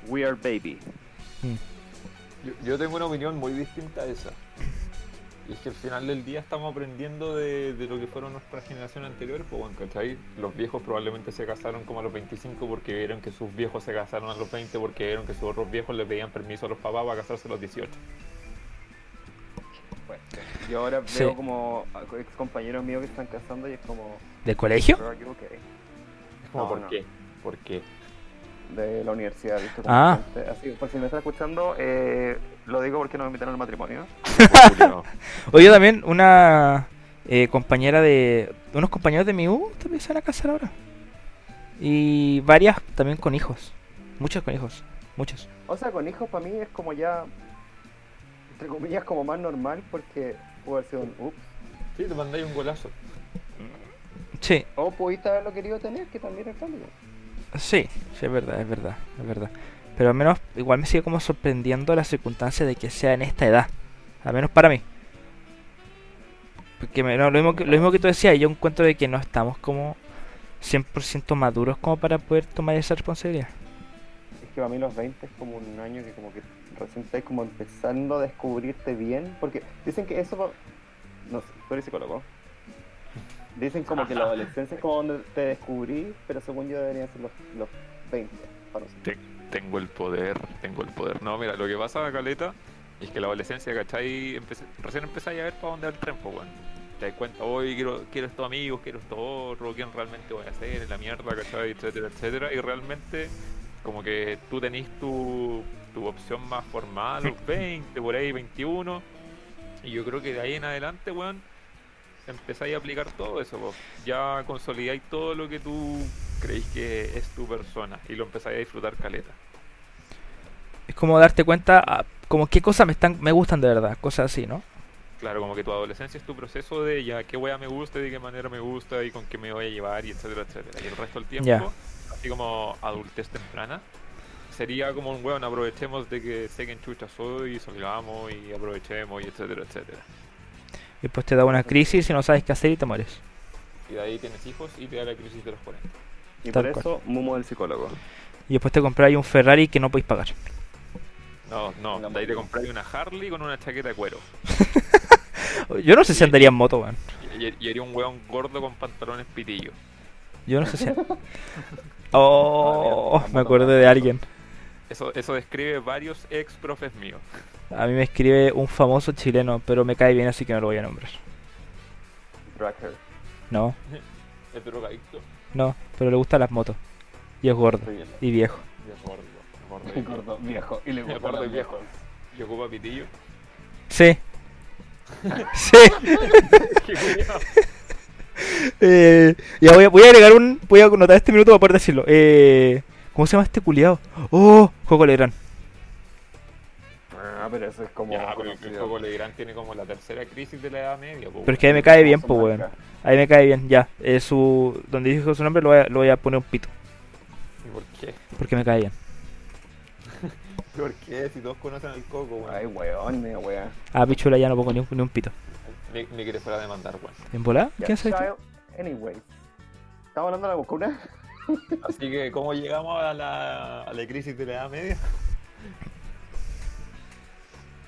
We are baby.
Yo, yo tengo una opinión muy distinta a esa. Y es que al final del día estamos aprendiendo de, de lo que fueron nuestras generaciones anteriores, pues bueno, ¿cachai? Los viejos probablemente se casaron como a los 25 porque vieron que sus viejos se casaron a los 20 porque vieron que sus otros viejos les pedían permiso a los papás para casarse a los 18.
Yo ahora
Sí.
veo como a co- ex compañeros míos que están casando y es como.
¿Del colegio?
"Bro, you okay?"
Es como,
No,
¿por
no.
qué? ¿Por qué?
De la universidad, ¿viste? Como
Ah.
gente- Así, por si me está escuchando, eh, lo digo porque nos invitaron al matrimonio.
Culiao.
Oye, yo también una eh, compañera de. Unos compañeros de mi U también se van a casar ahora. Y varias también con hijos. Muchos con hijos. Muchos.
O sea, con hijos para mí es como ya. Entre comillas, como más normal porque pudo haber sido un ups.
Sí, te mandáis un golazo.
Sí,
O pudiste haberlo querido tener, que también es válido.
sí, sí, es verdad, es verdad, es verdad. Pero al menos igual me sigue como sorprendiendo la circunstancia de que sea en esta edad. Al menos para mí. Porque me- no, lo, mismo que, lo mismo que tú decías, yo encuentro de que no estamos como 100% maduros como para poder tomar esa responsabilidad.
Es que para mí los 20 es como un año que como que recién estás como empezando a descubrirte bien, porque dicen que eso... va- No sé, tú eres psicólogo. Dicen como que la adolescencia es como donde te descubrí, pero según yo deberían ser los, los 20. para nosotros.
Tengo el poder, tengo el poder. No, mira, lo que pasa, Caleta, es que la adolescencia, ¿cachai? Empecé- recién empezáis a ver para dónde va el tren, pues, weón. Te das cuenta, hoy quiero, quiero estos amigos, quiero esto otro, quién realmente voy a hacer, la mierda, ¿cachai? Etcétera, etcétera. Y realmente, como que tú tenés tu, tu opción más formal, los 20, por ahí, 21. Y yo creo que de ahí en adelante, weón, empezáis a aplicar todo eso, po. ya consolidáis todo lo que tú creéis que es tu persona y lo empezáis a disfrutar caleta.
Es como darte cuenta, ah, como qué cosas me están, me gustan de verdad, cosas así, ¿no?
Claro, como que tu adolescencia es tu proceso de ya qué wea me gusta, y de qué manera me gusta y con qué me voy a llevar y etcétera, etcétera. Y el resto del tiempo,
Ya.
así como adultez temprana, sería como un weón, aprovechemos de que sé que chucha soy y salgamos y aprovechemos y etcétera, etcétera.
Y pues te da una crisis y no sabes qué hacer y te mueres.
Y de ahí tienes hijos y te da la crisis de los 40.
Y
Tal
por eso, Mumo del psicólogo.
Y después te compráis un Ferrari que no podéis pagar.
No,
La
no, de ahí te
moto.
compráis una Harley con una chaqueta de cuero.
Yo no sé si
Y-
andaría en moto, weón.
Y, y- y haría un weón gordo con pantalones pitillo.
Yo no sé si. Oh,
Ah, mira,
me acuerdo de
moto.
alguien.
Eso, eso describe varios ex profes míos.
A mí me escribe un famoso chileno, pero me cae bien, así que no lo voy a nombrar.
Tracker.
No,
Es drogadicto.
no, pero le gustan las motos. Y es gordo,
Estoy viendo.
y viejo.
Y es gordo. Gordo
Y gordo, viejo. Y le
Y
gusta
gordo
la
y viejo.
moto.
Y ocupa pitillo.
Sí. Sí.
Qué culiao.
Eh, ya voy a, voy a agregar un. Voy a anotar este minuto para poder decirlo. Eh, ¿Cómo se llama este culiado? Oh, Juego Legrand.
Ah, pero eso es como...
ya, pero el Coco Legrand tiene como la tercera crisis de la edad media. po,
Pero
weón.
es que ahí me cae bien,
Son
pues, weón.
marcas.
Ahí me cae bien, ya. Eh, su, donde dijo su nombre lo voy, a, lo voy a poner un pito.
¿Y por qué?
Porque me cae bien.
¿Por qué? Si todos conocen al Coco, weón.
Ay, weón, mira, weón.
A Pichula ya no pongo ni un, ni un pito.
Ni, ni que te fuera a demandar, weón.
¿En volá?
Ya,
¿Quién sabe tú?
child, Anyway. ¿Estamos hablando de la vacuna?
Así que, ¿cómo llegamos a la, a la crisis de la edad media?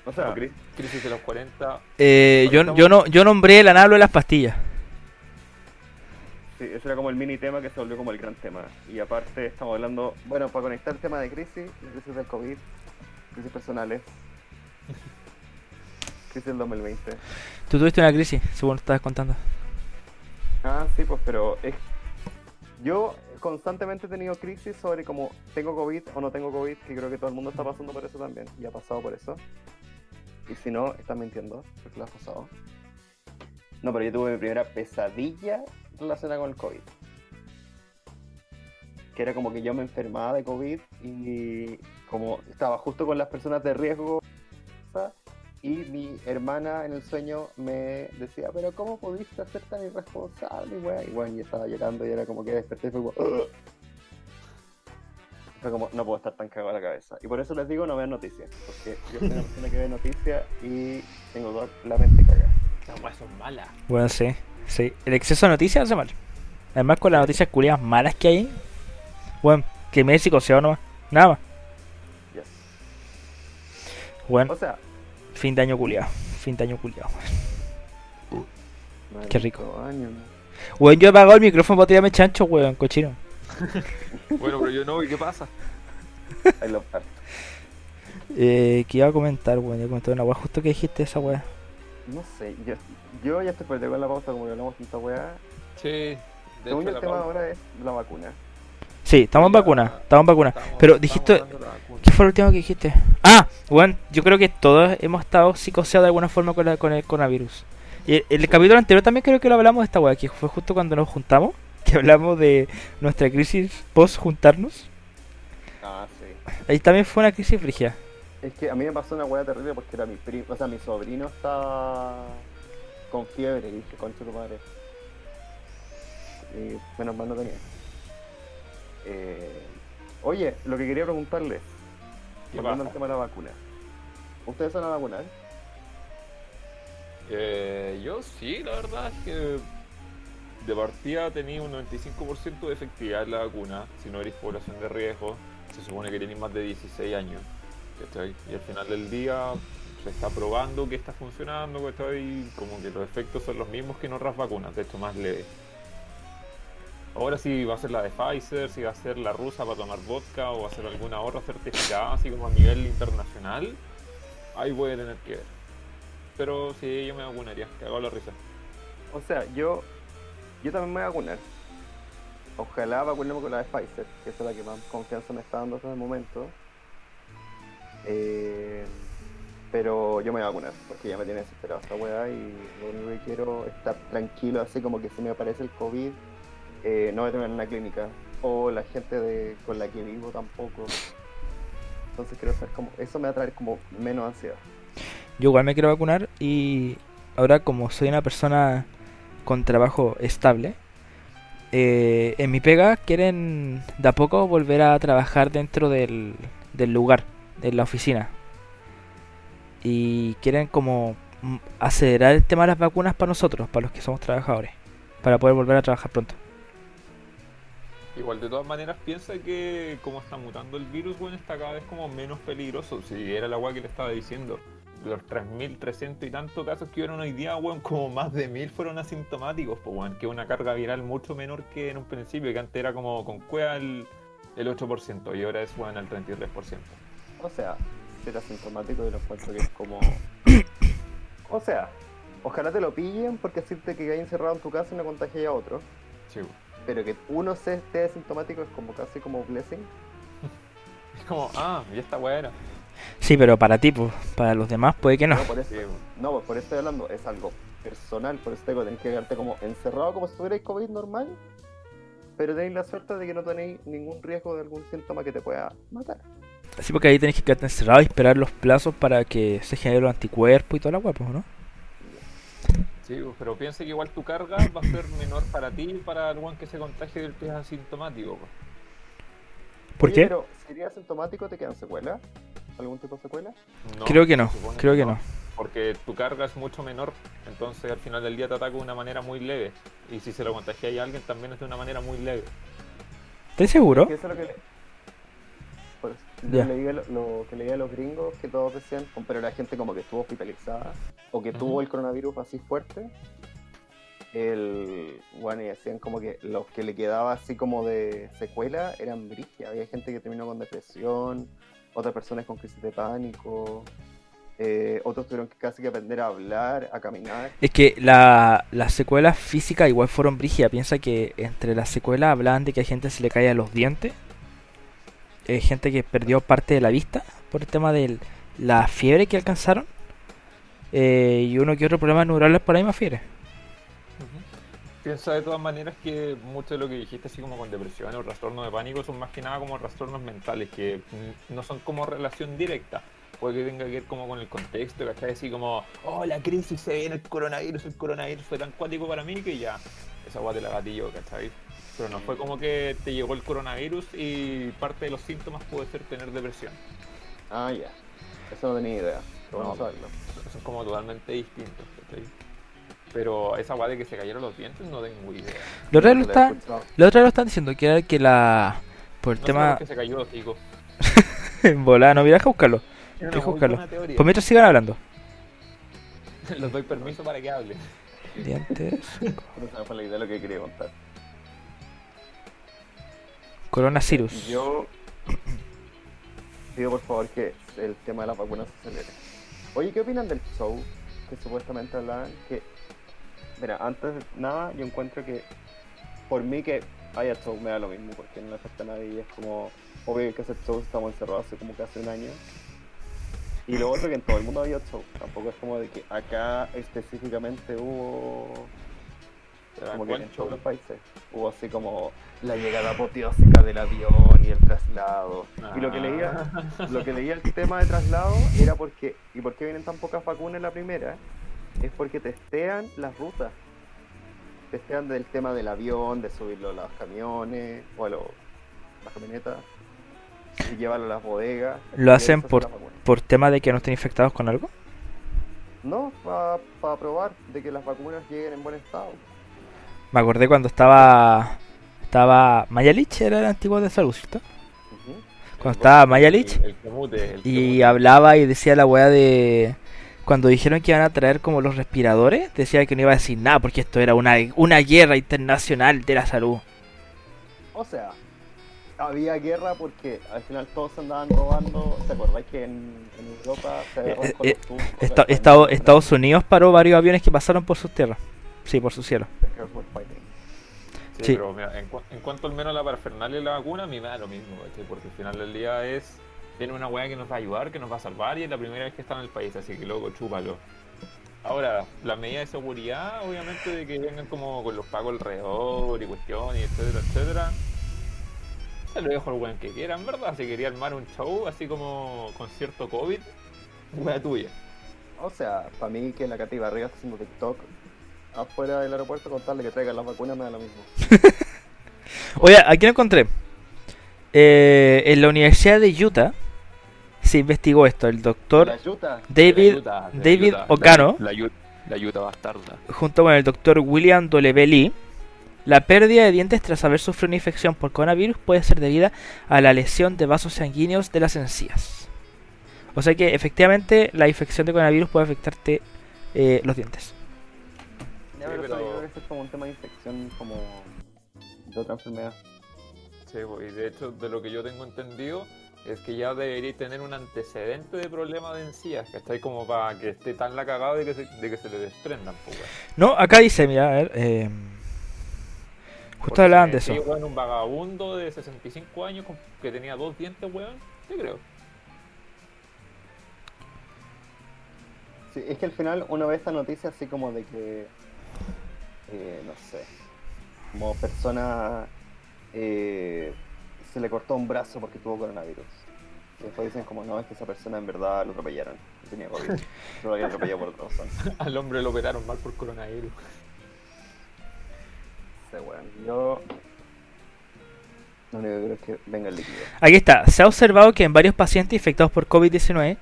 O sea,
O cri- crisis de los 40.
Eh, yo, yo, no, yo nombré el anablo de las pastillas.
Sí, ese era como el mini tema que se volvió como el gran tema. Y aparte estamos hablando, bueno, para conectar el tema de crisis, la crisis del COVID, crisis personales, crisis del 2020.
Tú tuviste una crisis, según estabas contando.
Ah, sí, pues, pero es... Yo constantemente he tenido crisis sobre como tengo COVID o no tengo COVID, que creo que todo el mundo está pasando por eso también, y ha pasado por eso. Y si no, estás mintiendo, porque lo has pasado. No, pero yo tuve mi primera pesadilla relacionada con el COVID. Que era como que yo me enfermaba de COVID y como estaba justo con las personas de riesgo ¿sabes? y mi hermana en el sueño me decía, pero ¿cómo pudiste ser tan irresponsable? Y bueno, y bueno, yo estaba llorando y era como que desperté y fue como... "Ugh". Fue como, no puedo estar tan cagado la cabeza. Y por eso les digo, no vean noticias. Porque yo soy una persona que ve noticias y tengo toda la mente cagada.
Las weas son malas.
Bueno, sí, sí. El exceso de noticias hace mal. Además, con las noticias culiadas malas que hay, bueno, que México se va nomás. Nada más.
Yes.
Bueno,
O sea...
fin de año culiado. Fin de año culiado. Qué rico.
maldito año, man.
Weón, yo he apagado el micrófono para tirarme chancho, weón, cochino.
Bueno, pero yo no, ¿y qué pasa?
I love art.
Eh, que iba a comentar, weón, ya comenté una weá justo que dijiste esa weá.
No sé, yo, yo ya estoy perdido con la pauta como que hablamos tanta weá.
Sí, de
Según yo, el
la
tema
pauta-
ahora es la vacuna.
Sí, estamos en
Ya.
vacuna, estamos en vacuna.
estamos-
Pero
estamos
dijiste-
hablando de la vacuna.
¿Qué fue lo último que dijiste? Ah, weón, yo creo que todos hemos estado psicoseados de alguna forma con, la- con el coronavirus. Y el, el capítulo anterior también creo que lo hablamos de esta weá, que fue justo cuando nos juntamos, que hablamos de nuestra crisis post juntarnos.
Ah, sí.
Ahí también fue una crisis frigia.
Es que a mí me pasó una weá terrible porque era mi primo, o sea, mi sobrino estaba con fiebre y dije, concha tu madre. Y menos mal no tenía. Eh, oye, lo que quería preguntarles,
¿Qué
volviendo al
pasa?
tema de la vacuna. ¿Ustedes van a vacunar?
Eh, yo sí, la verdad es que de partida tenía un 95% de efectividad en la vacuna, si no eres población de riesgo, se supone que tenés más de 16 años. ¿cachai? Y al final del día se está probando que está funcionando, ¿cachai? Y como que los efectos son los mismos que en otras vacunas, de hecho más leves. Ahora sí va a ser la de Pfizer, si va a ser la rusa para tomar vodka o va a ser alguna otra certificada, así como a nivel internacional, ahí voy a tener que ver. Pero sí, yo me vacunaría, cagado la risa.
O sea, yo, yo también me voy a vacunar. Ojalá vacunemos con la de Pfizer, que es la que más confianza me está dando hasta el momento. Eh, pero yo me voy a vacunar, porque ya me tiene desesperado esta weá y lo único que quiero es estar tranquilo, así como que si me aparece el COVID, eh, no voy a tener una clínica. O la gente de, con la que vivo tampoco. Entonces quiero ser como. Eso me va a traer como menos ansiedad.
Yo igual me quiero vacunar y ahora como soy una persona con trabajo estable, eh, en mi pega quieren de a poco volver a trabajar dentro del, del lugar, de la oficina. Y quieren como mm, acelerar el tema de las vacunas para nosotros, para los que somos trabajadores, para poder volver a trabajar pronto.
Igual, de todas maneras, piensa que como está mutando el virus, bueno, está cada vez como menos peligroso. Si era la weá que le estaba diciendo. Los 3.300 y tanto casos que hubieron hoy día, weón, como más de 1.000 fueron asintomáticos, pues, weón, que es una carga viral mucho menor que en un principio, que antes era como con cueva el, el 8% y ahora es, weón, al 33%.
O sea, ser asintomático yo lo encuentro que es como... O sea, ojalá te lo pillen porque decirte que hay encerrado en tu casa y no contagia a otro.
Sí, weón.
Pero que uno se esté asintomático es como casi como blessing.
Es como, ah, ya está buena.
Sí, pero para ti, pues, para los demás puede que no.
por eso,
Sí, weón.
no, pues por eso estoy hablando, es algo personal, por eso te digo, tenés que quedarte como encerrado como si tuvierais COVID normal, pero tenéis la suerte de que no tenéis ningún riesgo de algún síntoma que te pueda matar.
Así porque ahí tenés que quedarte encerrado y esperar los plazos para que se genere los anticuerpos y toda la guapo, ¿no?
Sí, pues, pero piensa que igual tu carga va a ser menor para ti y para el weón que se contagie del que es asintomático. pues.
¿Por
Oye,
qué?
Pero, si eres asintomático, ¿te quedan secuelas? ¿Algún tipo de secuela?
No,
Creo que no,
se supone
creo que no.
Porque tu carga es mucho menor, entonces al final del día te ataca de una manera muy leve. Y si se lo contagia a alguien también es de una manera muy leve.
¿Estás seguro?
Que eso es lo que le... Por eso, yo
¿Ah? Ya.
leí lo, lo que leía a los gringos que todos decían, como, pero la gente como que estuvo hospitalizada o que
Ujú.
tuvo el coronavirus así fuerte. El, bueno, y decían como que los que le quedaba así como de secuela eran brigia. Había gente que terminó con depresión, otras personas con crisis de pánico, eh, otros tuvieron que casi que aprender a hablar, a caminar.
Es que la, las secuelas físicas igual fueron brígidas. Piensa que entre las secuelas hablaban de que a gente se le caía los dientes. eh, gente que perdió parte de la vista por el tema de la fiebre que alcanzaron. eh, y uno que otro problema neuronal por la misma fiebre.
Piensa de todas maneras que mucho de lo que dijiste, así como con depresión o trastorno de pánico, son más que nada como trastornos mentales, que mm, no son como relación directa. Puede que tenga que ver como con el contexto, ¿cachai? Así como, oh, la crisis se viene, el coronavirus, el coronavirus fue tan cuático para mí que ya, esa guate la gatillo, ¿cachai? Pero no fue como que te llegó el coronavirus y parte de los síntomas puede ser tener depresión.
Ah, ya. Eso no tenía idea. Pero bueno
No.
saberlo.
Son como totalmente distintos, ¿cachai? Pero esa guate que se cayeron los dientes no tengo idea.
Lo
Nunca
otro lo
la he
están,
escuchado.
lo otro lo están diciendo que era que la. Por el
No sé
tema.
por qué se cayó los hijos.
En volada, no miras a buscarlo.
Tiene una
Deja
muy
buscarlo.
buena teoría.
Pues mientras sigan hablando.
Les doy permiso para que hable.
Dientes.
Pero esa no fue la idea de lo que quería contar.
Coronavirus.
Yo pido por favor que el tema de las vacunas se acelere. Oye, ¿qué opinan del show que supuestamente hablaban? Que, mira, antes de nada, yo encuentro que por mí que haya show me da lo mismo, porque no le afecta a nadie y es como, obvio que ese show estamos encerrados hace como que hace un año. Y lo otro que en todo el mundo había show, tampoco es como de que acá específicamente hubo
¿Te das
como que en
cuenta?
todos los países hubo así como la llegada apoteósica del avión y el traslado. Y lo que leía,
Ah.
lo que leía el tema de traslado era porque, ¿y por qué vienen tan pocas vacunas en la primera? Es porque testean las rutas. Testean del tema del avión, de subirlo a los camiones, o a los- las camionetas, y llevarlo a las bodegas.
Lo
Y
hacen
esas son
por-
las vacunas.
Por tema de que no estén infectados con algo.
No, para probar de que las vacunas lleguen en buen estado.
Me acordé cuando estaba. Estaba. Mayalich era el antiguo de salud, ¿cierto?
Ujú.
Cuando estaba Mayalich
El, el que mute, el que
y
mute.
hablaba y decía la weá de. Cuando dijeron que iban a traer como los respiradores, decía que no iba a decir nada porque esto era una, una guerra internacional de la salud.
O sea, había guerra porque al final todos se andaban robando. ¿Te acordás que en, en Europa se agarró
eh,
con los
eh,
turcos?
Esta-
después
Estados-
en-
Estados Unidos paró varios aviones que pasaron por sus tierras. Sí, por su cielo.
Sí,
sí.
pero mira, en, cu- en cuanto al menos a la parafernalia y la vacuna, a mí me da lo mismo, ¿cachai? porque al final del día es. Tiene una weá que nos va a ayudar, que nos va a salvar y es la primera vez que está en el país, así que loco, chúpalo. Ahora, las medidas de seguridad, obviamente, de que vengan como con los pagos alrededor y cuestiones, etcétera, etcétera. Se lo dejo al weón que quiera, en verdad. Si quería armar un show, así como concierto COVID, weá tuya.
O sea, para mí que la Katy Barriga está haciendo TikTok afuera del aeropuerto con tal de que traigan las vacunas me da lo mismo.
Oye, aquí lo encontré. Eh, en la Universidad de Utah se investigó esto. El doctor
La yuta.
David,
La ayuda, la
David
ayuda, la-
Ocano.
La ayuda, la ayuda bastarda.
junto con el doctor William W. Lee, la pérdida de dientes tras haber sufrido una infección por coronavirus puede ser debida a la lesión de vasos sanguíneos de las encías. O sea que efectivamente la infección de coronavirus puede afectarte eh, los dientes.
Ya, pero,
Sí,
eso
pero-
yo creo que eso es como un tema de infección como de otra enfermedad.
Sí, po, y de hecho, de lo que yo tengo entendido, es que ya debería tener un antecedente de problema de encías, ¿cachai? Como para que esté tan la cagada de que se, de que se le desprendan, pues, weón.
No, acá dice, mira, a ver. eh,
Porque si
justo hablaban
me
de eso.
decís, weón, un vagabundo de 65 años con- que tenía dos dientes, weón, yo creo.
Sí, es que al final uno ve esta noticia así como de que, eh, no sé, como persona eh, se le cortó un brazo porque tuvo coronavirus. Y después dicen como, no, es que esa persona en verdad lo atropellaron, no tenía COVID, pero lo habían atropellado por otra razón.
Al hombre lo operaron mal por coronavirus.
Ese weón. yo... Lo único que creo es que venga el líquido.
Aquí está, se ha observado que en varios pacientes infectados por COVID-19,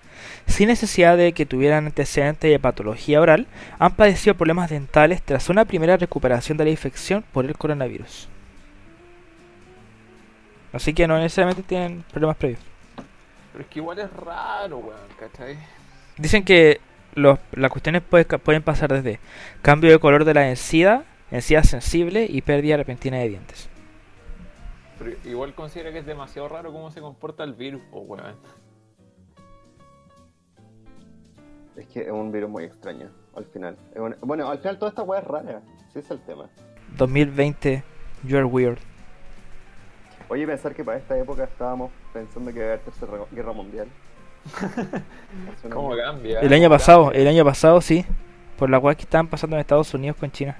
sin necesidad de que tuvieran antecedentes de patología oral, han padecido problemas dentales tras una primera recuperación de la infección por el coronavirus. Así que no necesariamente tienen problemas previos.
Pero es que igual es raro, weón, ¿cachai?
Dicen que los- las cuestiones puede- pueden pasar desde cambio de color de la encía, encía sensible y pérdida repentina de dientes.
Pero igual considera que es demasiado raro cómo se comporta el virus, pues, weón.
Es que es un virus muy extraño, al final. Es una- Bueno, al final toda esta weá es rara. Sí, es el tema.
2020, you are weird.
Oye, pensar que para esta época estábamos pensando que iba a haber tercera guerra mundial. Hace un
¿Cómo
año.
cambia? Ah,
El año pasado, el año pasado sí, por la cual que estaban pasando en Estados Unidos con China.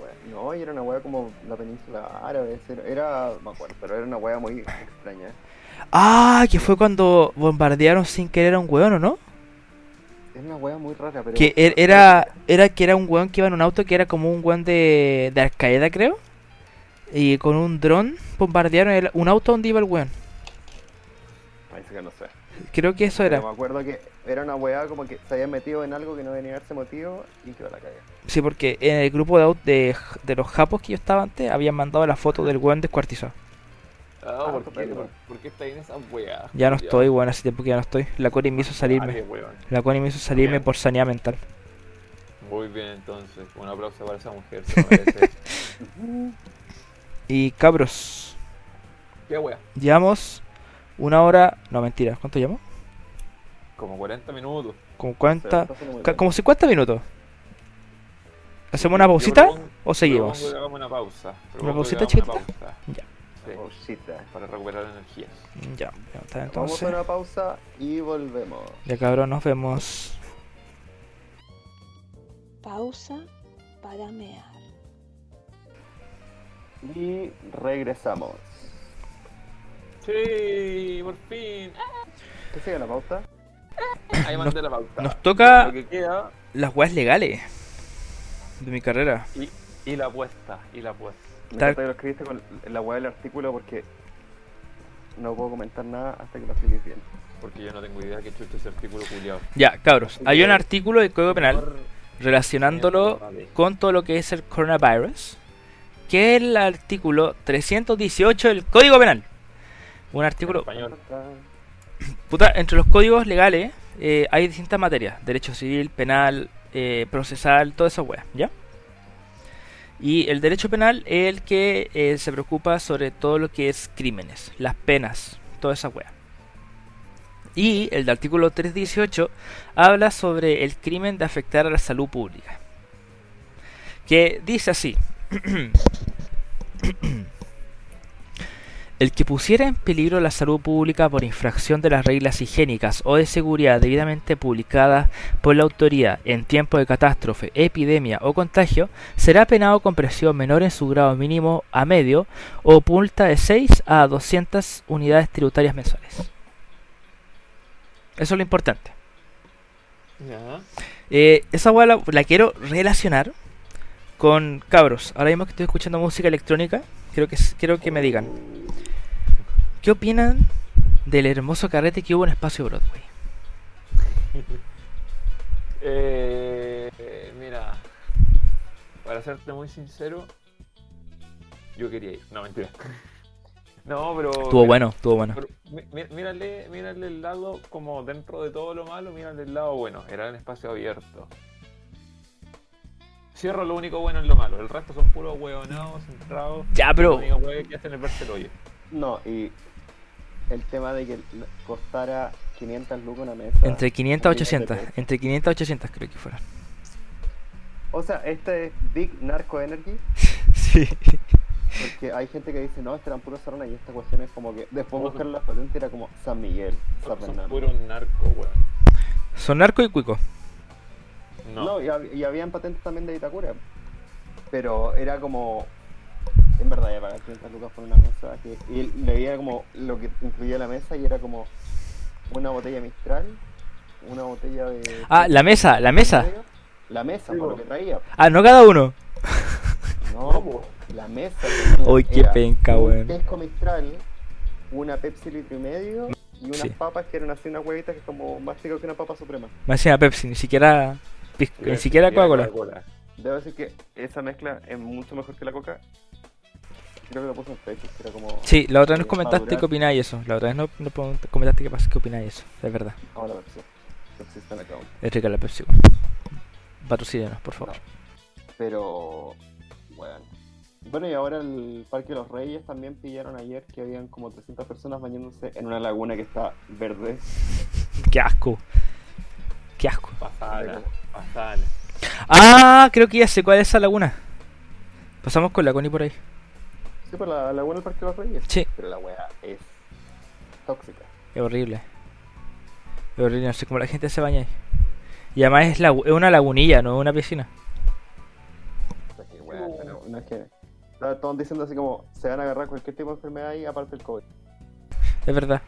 Wea- No, y era una weá como la península árabe. ese era- Era, me acuerdo, pero era una weá muy extraña.
Ah, que fue cuando bombardearon sin querer a un weón, ¿o no?
Es una weá muy rara, pero.
Que er- era, era que era un weón que iba en un auto que era como un weón de, de Al Qaeda, creo. Y con un dron bombardearon el- un auto donde iba el weón.
Parece que no sé.
Creo que eso
Pero
era.
me acuerdo que era una weá como que se había metido en algo que no venía a darse motivo y quedó la caga.
Sí, porque en el grupo de, au- de, de los japos que yo estaba antes habían mandado la foto del weón descuartizado.
Ah,
Ah,
¿por, qué,
estupendo.
¿Por, por qué está ahí en esa weá?
Ya no estoy, weón, hace tiempo que ya no estoy. La Cori me hizo salirme.
Dale, weón.
La Cori me hizo salirme
Bien.
por sanidad mental.
Muy bien, entonces. Un aplauso para esa mujer. se merece.
Y cabros,
¿Qué weá?
llevamos una hora. No, mentira, ¿cuánto llevamos?
Como 40 minutos.
Como
Se
cuánta.
está haciendo muy
ca-
bueno.
Como 50 minutos. ¿Hacemos una
Yo
pausita
propongo-
o
propongo
seguimos?
que hagamos una pausa. Propongo que
pausita
hagamos una
chiquitita?
pausa.
Ya.
Sí,
Oh, shit.
para recuperar energía.
Ya, ya está,
Vamos a
entonces.
una pausa y volvemos.
Ya cabrón, nos vemos.
Pausa para mear.
Y regresamos.
Sí, por fin. Ah,
¿Qué sigue la pauta?
Ahí
Nos-
mandé la pauta.
Nos toca
Lo que queda
las weas legales de mi carrera.
y, y la apuesta. Y la apuesta.
Me
Tal-
encanta que lo escribiste con la weá del artículo porque no puedo comentar nada hasta que lo expliques bien.
Porque yo no tengo idea de qué chucho ese artículo culiado.
Ya, cabros. Hay un artículo del Código Penal relacionándolo con todo lo que es el coronavirus, que es el artículo 318 del Código Penal. Un artículo...
Español.
Puta, entre los códigos legales eh, hay distintas materias, derecho civil, penal, eh, procesal, toda esa weas, ¿ya? Y el derecho penal es el que eh, se preocupa sobre todo lo que es crímenes, las penas, toda esa wea. Y el de artículo 318 habla sobre el crimen de afectar a la salud pública. Que dice así. El que pusiera en peligro la salud pública por infracción de las reglas higiénicas o de seguridad debidamente publicadas por la autoridad en tiempo de catástrofe, epidemia o contagio, será penado con presión menor en su grado mínimo a medio o multa de 6 a 200 unidades tributarias mensuales. Eso es lo importante.
Ya.
Eh, esa hueá la, la quiero relacionar con cabros. Ahora mismo que estoy escuchando música electrónica, creo que, s- quiero que me digan. ¿Qué opinan del hermoso carrete que hubo en Espacio Broadway?
Eh, eh, mira, para serte muy sincero, yo quería ir. No, mentira. No, pero.
Estuvo bueno, estuvo bueno.
pero mí- mí- mírale, mírale el lado, como dentro de todo lo malo, mírale el lado bueno. Era un espacio abierto. Cierro lo único bueno en lo malo. El resto son puros hueonados, centrados.
Ya,
Lo
pero
único hueón que hacen es verse el hoyo.
No, y el tema de que l- costara 500 lucas una mesa.
entre 500 a 800,
olvídate.
entre 500 a 800 creo que fueron.
O sea, este es Big Narco Energy.
Sí.
Porque hay gente que dice, no, este eran puros zarones y esta cuestión es como que después buscaron las patentes era como San Miguel, San
Son
Bernardo.
puros narcos, hueón.
Son narco y cuico.
No.
No, y, hab- y habían patentes también de Itacura. Pero era como. En verdad, ya pagar 500 lucas por una mesa. Que, y le veía como lo que incluía la mesa y era como una botella Mistral, una botella de.
Ah, la mesa, la mesa.
La mesa,
Sí,
por
po.
lo que traía.
Ah, no cada uno.
No, po, la mesa. tenía-
Uy, qué
era
penca, weón.
Un pesco Mistral, una Pepsi litro y medio y unas
Sí.
papas que eran así, unas huevitas que es como más chico que una papa suprema.
Me hacía Pepsi, ni siquiera pis-
Mira,
ni siquiera Coca-Cola.
Coca-Cola.
Debo decir que esa mezcla es mucho mejor que la coca. Creo que lo puso en Facebook, que era como.
Sí, la otra vez nos
eh,
comentaste
madurar.
qué opináis de eso. La otra vez nos no pregunta- comentaste qué pasa, qué opináis de eso. Es verdad.
Ahora "Ah, Pepsi. Pepsi está en account.
Es rica la Pepsi. Patrocínenos, por favor.
Pero. Bueno. Bueno, y ahora el Parque de los Reyes también pillaron ayer que habían como 300 personas bañándose en una laguna que está verde.
Qué asco. Qué asco.
Pasana, pasana.
Ah, creo que ya sé cuál es esa laguna. Pasamos con la Connie por ahí.
Sí, por la laguna del Parque de los Reyes.
Sí.
Pero la weá es tóxica.
Es horrible. Es horrible, no sé cómo la gente se baña ahí. Y además es, lagu- es una lagunilla, no es una piscina.
O sea, que weá,
Uh.
no, no es que. Estaban todos diciendo así como se van a agarrar cualquier tipo de enfermedad ahí, aparte del COVID.
Es verdad.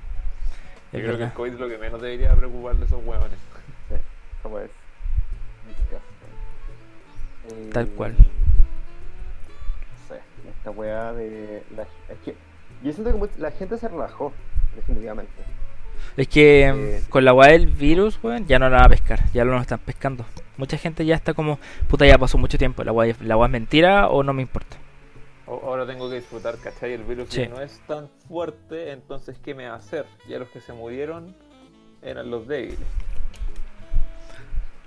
Yo creo
Es
que el
verdad.
COVID es lo que menos debería preocuparle a esos huevones.
Como es. disgusting.
Tal
Eh,
cual.
No sé, esta weá de. La, es que. Yo siento que mucha- la gente se relajó, definitivamente.
Es que em,
Eh,
con la weá del virus, weón, ya no la van a pescar, ya no nos están pescando. Mucha gente ya está como, puta, ya pasó mucho tiempo, la weá es- la weá es mentira o no me importa.
O- Ahora tengo que disfrutar, ¿cachai? El virus
Sí.
que no es tan fuerte, entonces ¿qué me va a hacer? Ya los que se murieron eran los débiles.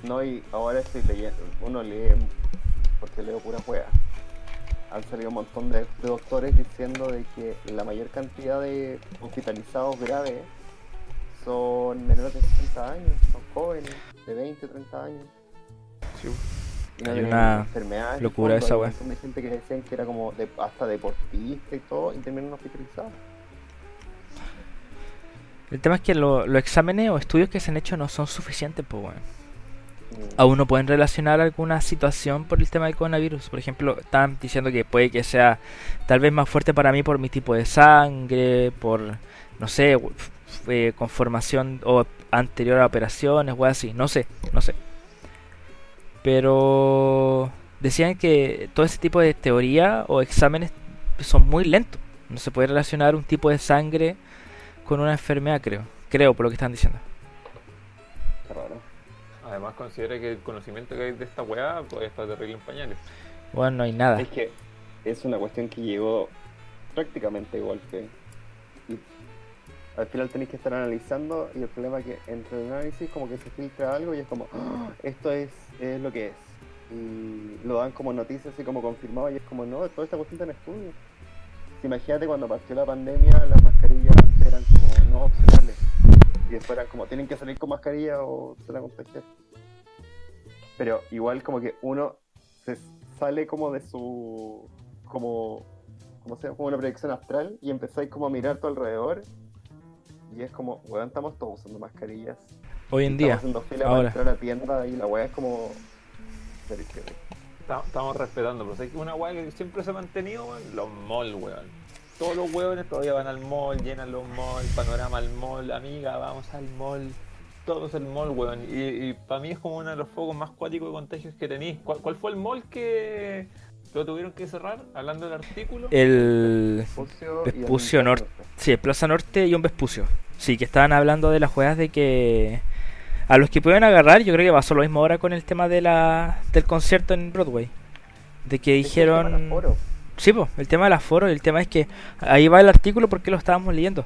No, y ahora estoy leyendo. Uno lee porque leo pura juega. Han salido un montón de, de doctores diciendo de que la mayor cantidad de hospitalizados graves son menores de 60 años, son jóvenes, de 20, 30 años. Y
Hay
tienen
una
enfermedad en el
locura
fondo,
esa
hay un
wea.
montón de gente que decían que era como de- hasta deportista y todo, y terminan hospitalizados.
El tema es que lo- los exámenes o estudios que se han hecho no son suficientes, pues, weón.
Mm.
Aún no pueden relacionar alguna situación por el tema del coronavirus. Por ejemplo, están diciendo que puede que sea tal vez más fuerte para mí por mi tipo de sangre, por, no sé, we- f- eh, conformación o anterior a operaciones, o así. No sé, no sé. Pero decían que todo ese tipo de teoría o exámenes son muy lentos. No se puede relacionar un tipo de sangre con una enfermedad, creo. Creo, por lo que están diciendo.
Qué raro.
Además considera que el conocimiento que hay de esta weá pues, está terrible en pañales.
Bueno, no hay nada.
Es que es una cuestión que llegó prácticamente de golpe. Y al final tenéis que estar analizando y el problema es que entre el análisis como que se filtra algo y es como, "Ah, esto es, es lo que es. Y lo dan como noticia así como confirmado y es como, no, toda esta cuestión está en estudio. Si Imagínate cuando partió la pandemia, las mascarillas antes eran como no opcionales. Y después eran como, tienen que salir con mascarilla o se la contagian. Pero igual como que uno se sale como de su como como sea como una proyección astral y empezáis como a mirar tu alrededor y es como weón estamos todos usando mascarillas
Hoy en
estamos
día.
haciendo fila
ahora.
para entrar a la tienda y la weá es como Pero es que-
Está- Estamos respetando, pero sé que una weá que siempre se ha mantenido, weón, los malls, weón. Todos los weones todavía van al mall, llenan los malls, panorama al mall, amiga, vamos al mall. Todos al mall, weón. Y, para mí es como uno de los focos más cuáticos de contagios que tenéis. ¿Cuál, cuál fue el mall que lo tuvieron que cerrar? Hablando del artículo.
Eh, El.
Vespucio y el
Vespucio
Nintendo.
Norte. Sí, el Plaza Norte y un Vespucio. Sí, que estaban hablando de las juegas de que. A los que pueden agarrar, yo creo que pasó lo mismo ahora con el tema de la, del concierto en Broadway. De que
Es que el tema del
dijeron.
aforo.
Sí, po, el tema del aforo, el tema es que ahí va el artículo porque lo estábamos leyendo.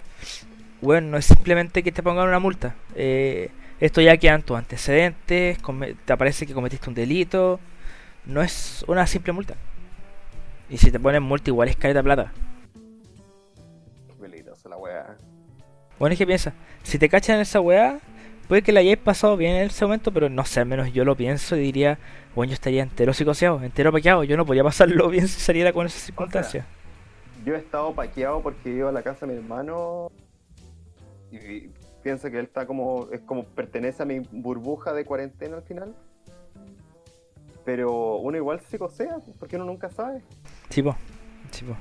Bueno, no es simplemente que te pongan una multa. eh, esto ya quedan tus antecedentes, come- te aparece que cometiste un delito. No es una simple multa. Y si te ponen multa, igual es careta plata.
Qué peligrosa la weá
Bueno, es que piensa, si te cachan en esa weá, puede que la hayáis pasado bien en ese momento, pero no sé, al menos yo lo pienso y diría, bueno, yo estaría entero psicoseado, entero paqueado, yo no podía pasarlo bien si saliera con esas circunstancias.
yo he estado paqueado porque iba a la casa de mi hermano y, y pienso que él está como es como pertenece a mi burbuja de cuarentena al final pero uno igual se cosea porque uno nunca sabe
Tipo, tipo.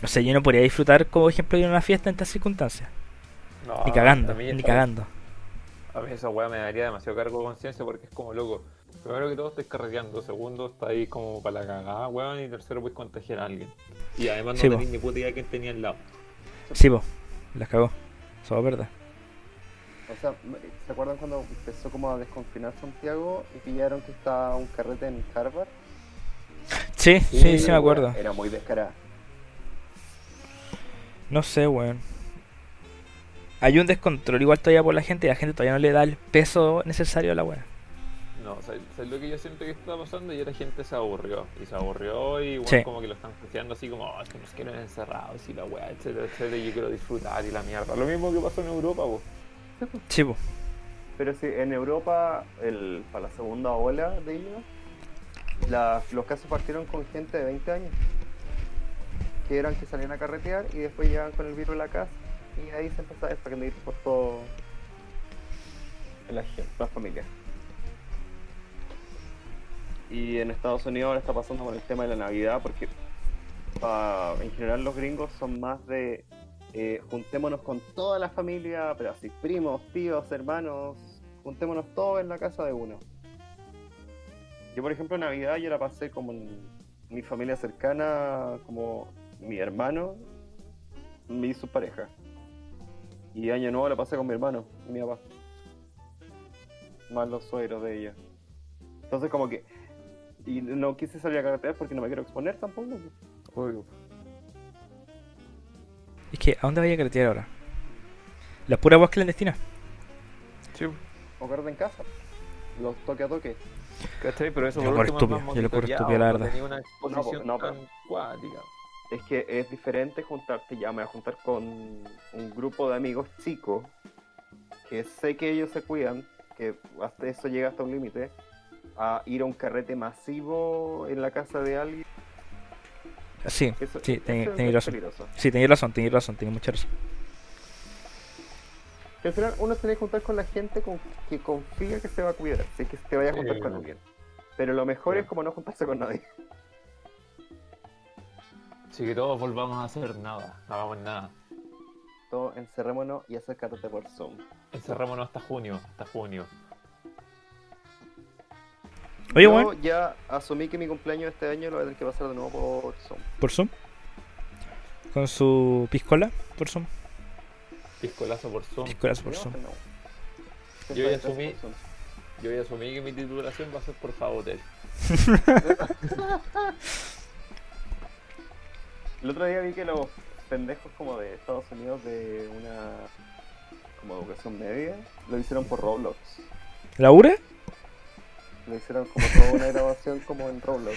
No sé, yo no podría disfrutar, como ejemplo, de una fiesta en estas circunstancias.
No,
Ni cagando,
Ah, a mí
ni
esa-
cagando.
A mí esa weá me daría demasiado cargo de conciencia porque es como loco. Primero que todo estáis carreteando, segundo está ahí como para la cagada, weón, y tercero puedes contagiar a alguien. Y además no
Sí, po.
tenéis ni puta idea quién tenía al lado.
Sí, po, las cagó. Eso es verdad.
o sea se acuerdan cuando empezó como a desconfinar Santiago y pillaron que estaba un carrete en Harvard
Sí, sí, sí, me
Era-
acuerdo.
era muy descarada
No sé, weón. Hay un descontrol igual todavía por la gente y la gente todavía no le da el peso necesario a la weá.
No, o sea, o sea, lo que yo siento que está pasando y la gente se aburrió. Y se aburrió y weón,
Sí.
como que lo están puteando así como, "Oh, es que nos quieren encerrados y la weá, etcétera, etcétera, y yo quiero disfrutar y la mierda. Lo mismo que pasó en Europa, po.
Sí, po.
Pero sí, en Europa, el, para la segunda ola de ellos, las- los casos partieron con gente de 20 años. Que eran que salían a carretear y después llegaban con el virus a la casa. Y ahí se empezó a expandir por todo la gente, la familia. Y en Estados Unidos ahora está pasando con el tema de la Navidad porque pa- en general los gringos son más de eh, juntémonos con toda la familia, pero así, primos, tíos, hermanos, juntémonos todos en la casa de uno. Yo, por ejemplo, Navidad yo la pasé como en mi familia cercana, como mi hermano y su pareja. Y Año Nuevo la pasé con mi hermano y mi papá. Más los suegros de ella. Entonces, como que. Y no quise salir a carretera porque no me quiero exponer tampoco.
Uy,
Es que, ¿a dónde vaya a carretear ahora? La pura voz clandestina.
sí,
O carretera en casa. Los toque a toque.
¿cachai? Pero eso
Yo
por
lo
último es más
cortupio, yo lo
monitoreado,
cortupio, la
no
verdad.
tenía una
no,
exposición
pero-
tan cuática.
Es que es diferente juntarte, ya me voy a juntar con un grupo de amigos chicos que sé que ellos se cuidan, que hasta eso llega hasta un límite, a ir a un carrete masivo en la casa de alguien.
Sí,
Eso,
sí,
eso
tenéis
es
tenéis razón.
peligroso.
Sí, tenéis razón, tenéis razón, tenéis mucha razón.
Que al final uno se tiene que juntar con la gente con, que confía que se va a cuidar, si es que te vaya a juntar
Eh,
con alguien. Pero lo mejor
ya.
es como no juntarse con nadie.
Sí, que todos volvamos a hacer nada, no hagamos nada.
Todo encerrémonos y hacer carrete por Zoom.
Encerrémonos hasta junio, hasta junio.
Oye,
Yo
weón.
ya asumí que mi cumpleaños este año lo voy a tener que pasar de nuevo por Zoom.
¿Por Zoom? ¿Con su piscola? ¿Por Zoom?
Piscolazo por Zoom.
Piscolazo por
Yo
Zoom.
no.
Yo ya
Entonces,
asumí.
son-
Yo ya asumí que mi titulación va a ser por Fabotel.
El otro día vi que los pendejos como de Estados Unidos de una como educación media lo hicieron por Roblox.
¿La E? URA?
Lo hicieron como toda una grabación como en Roblox.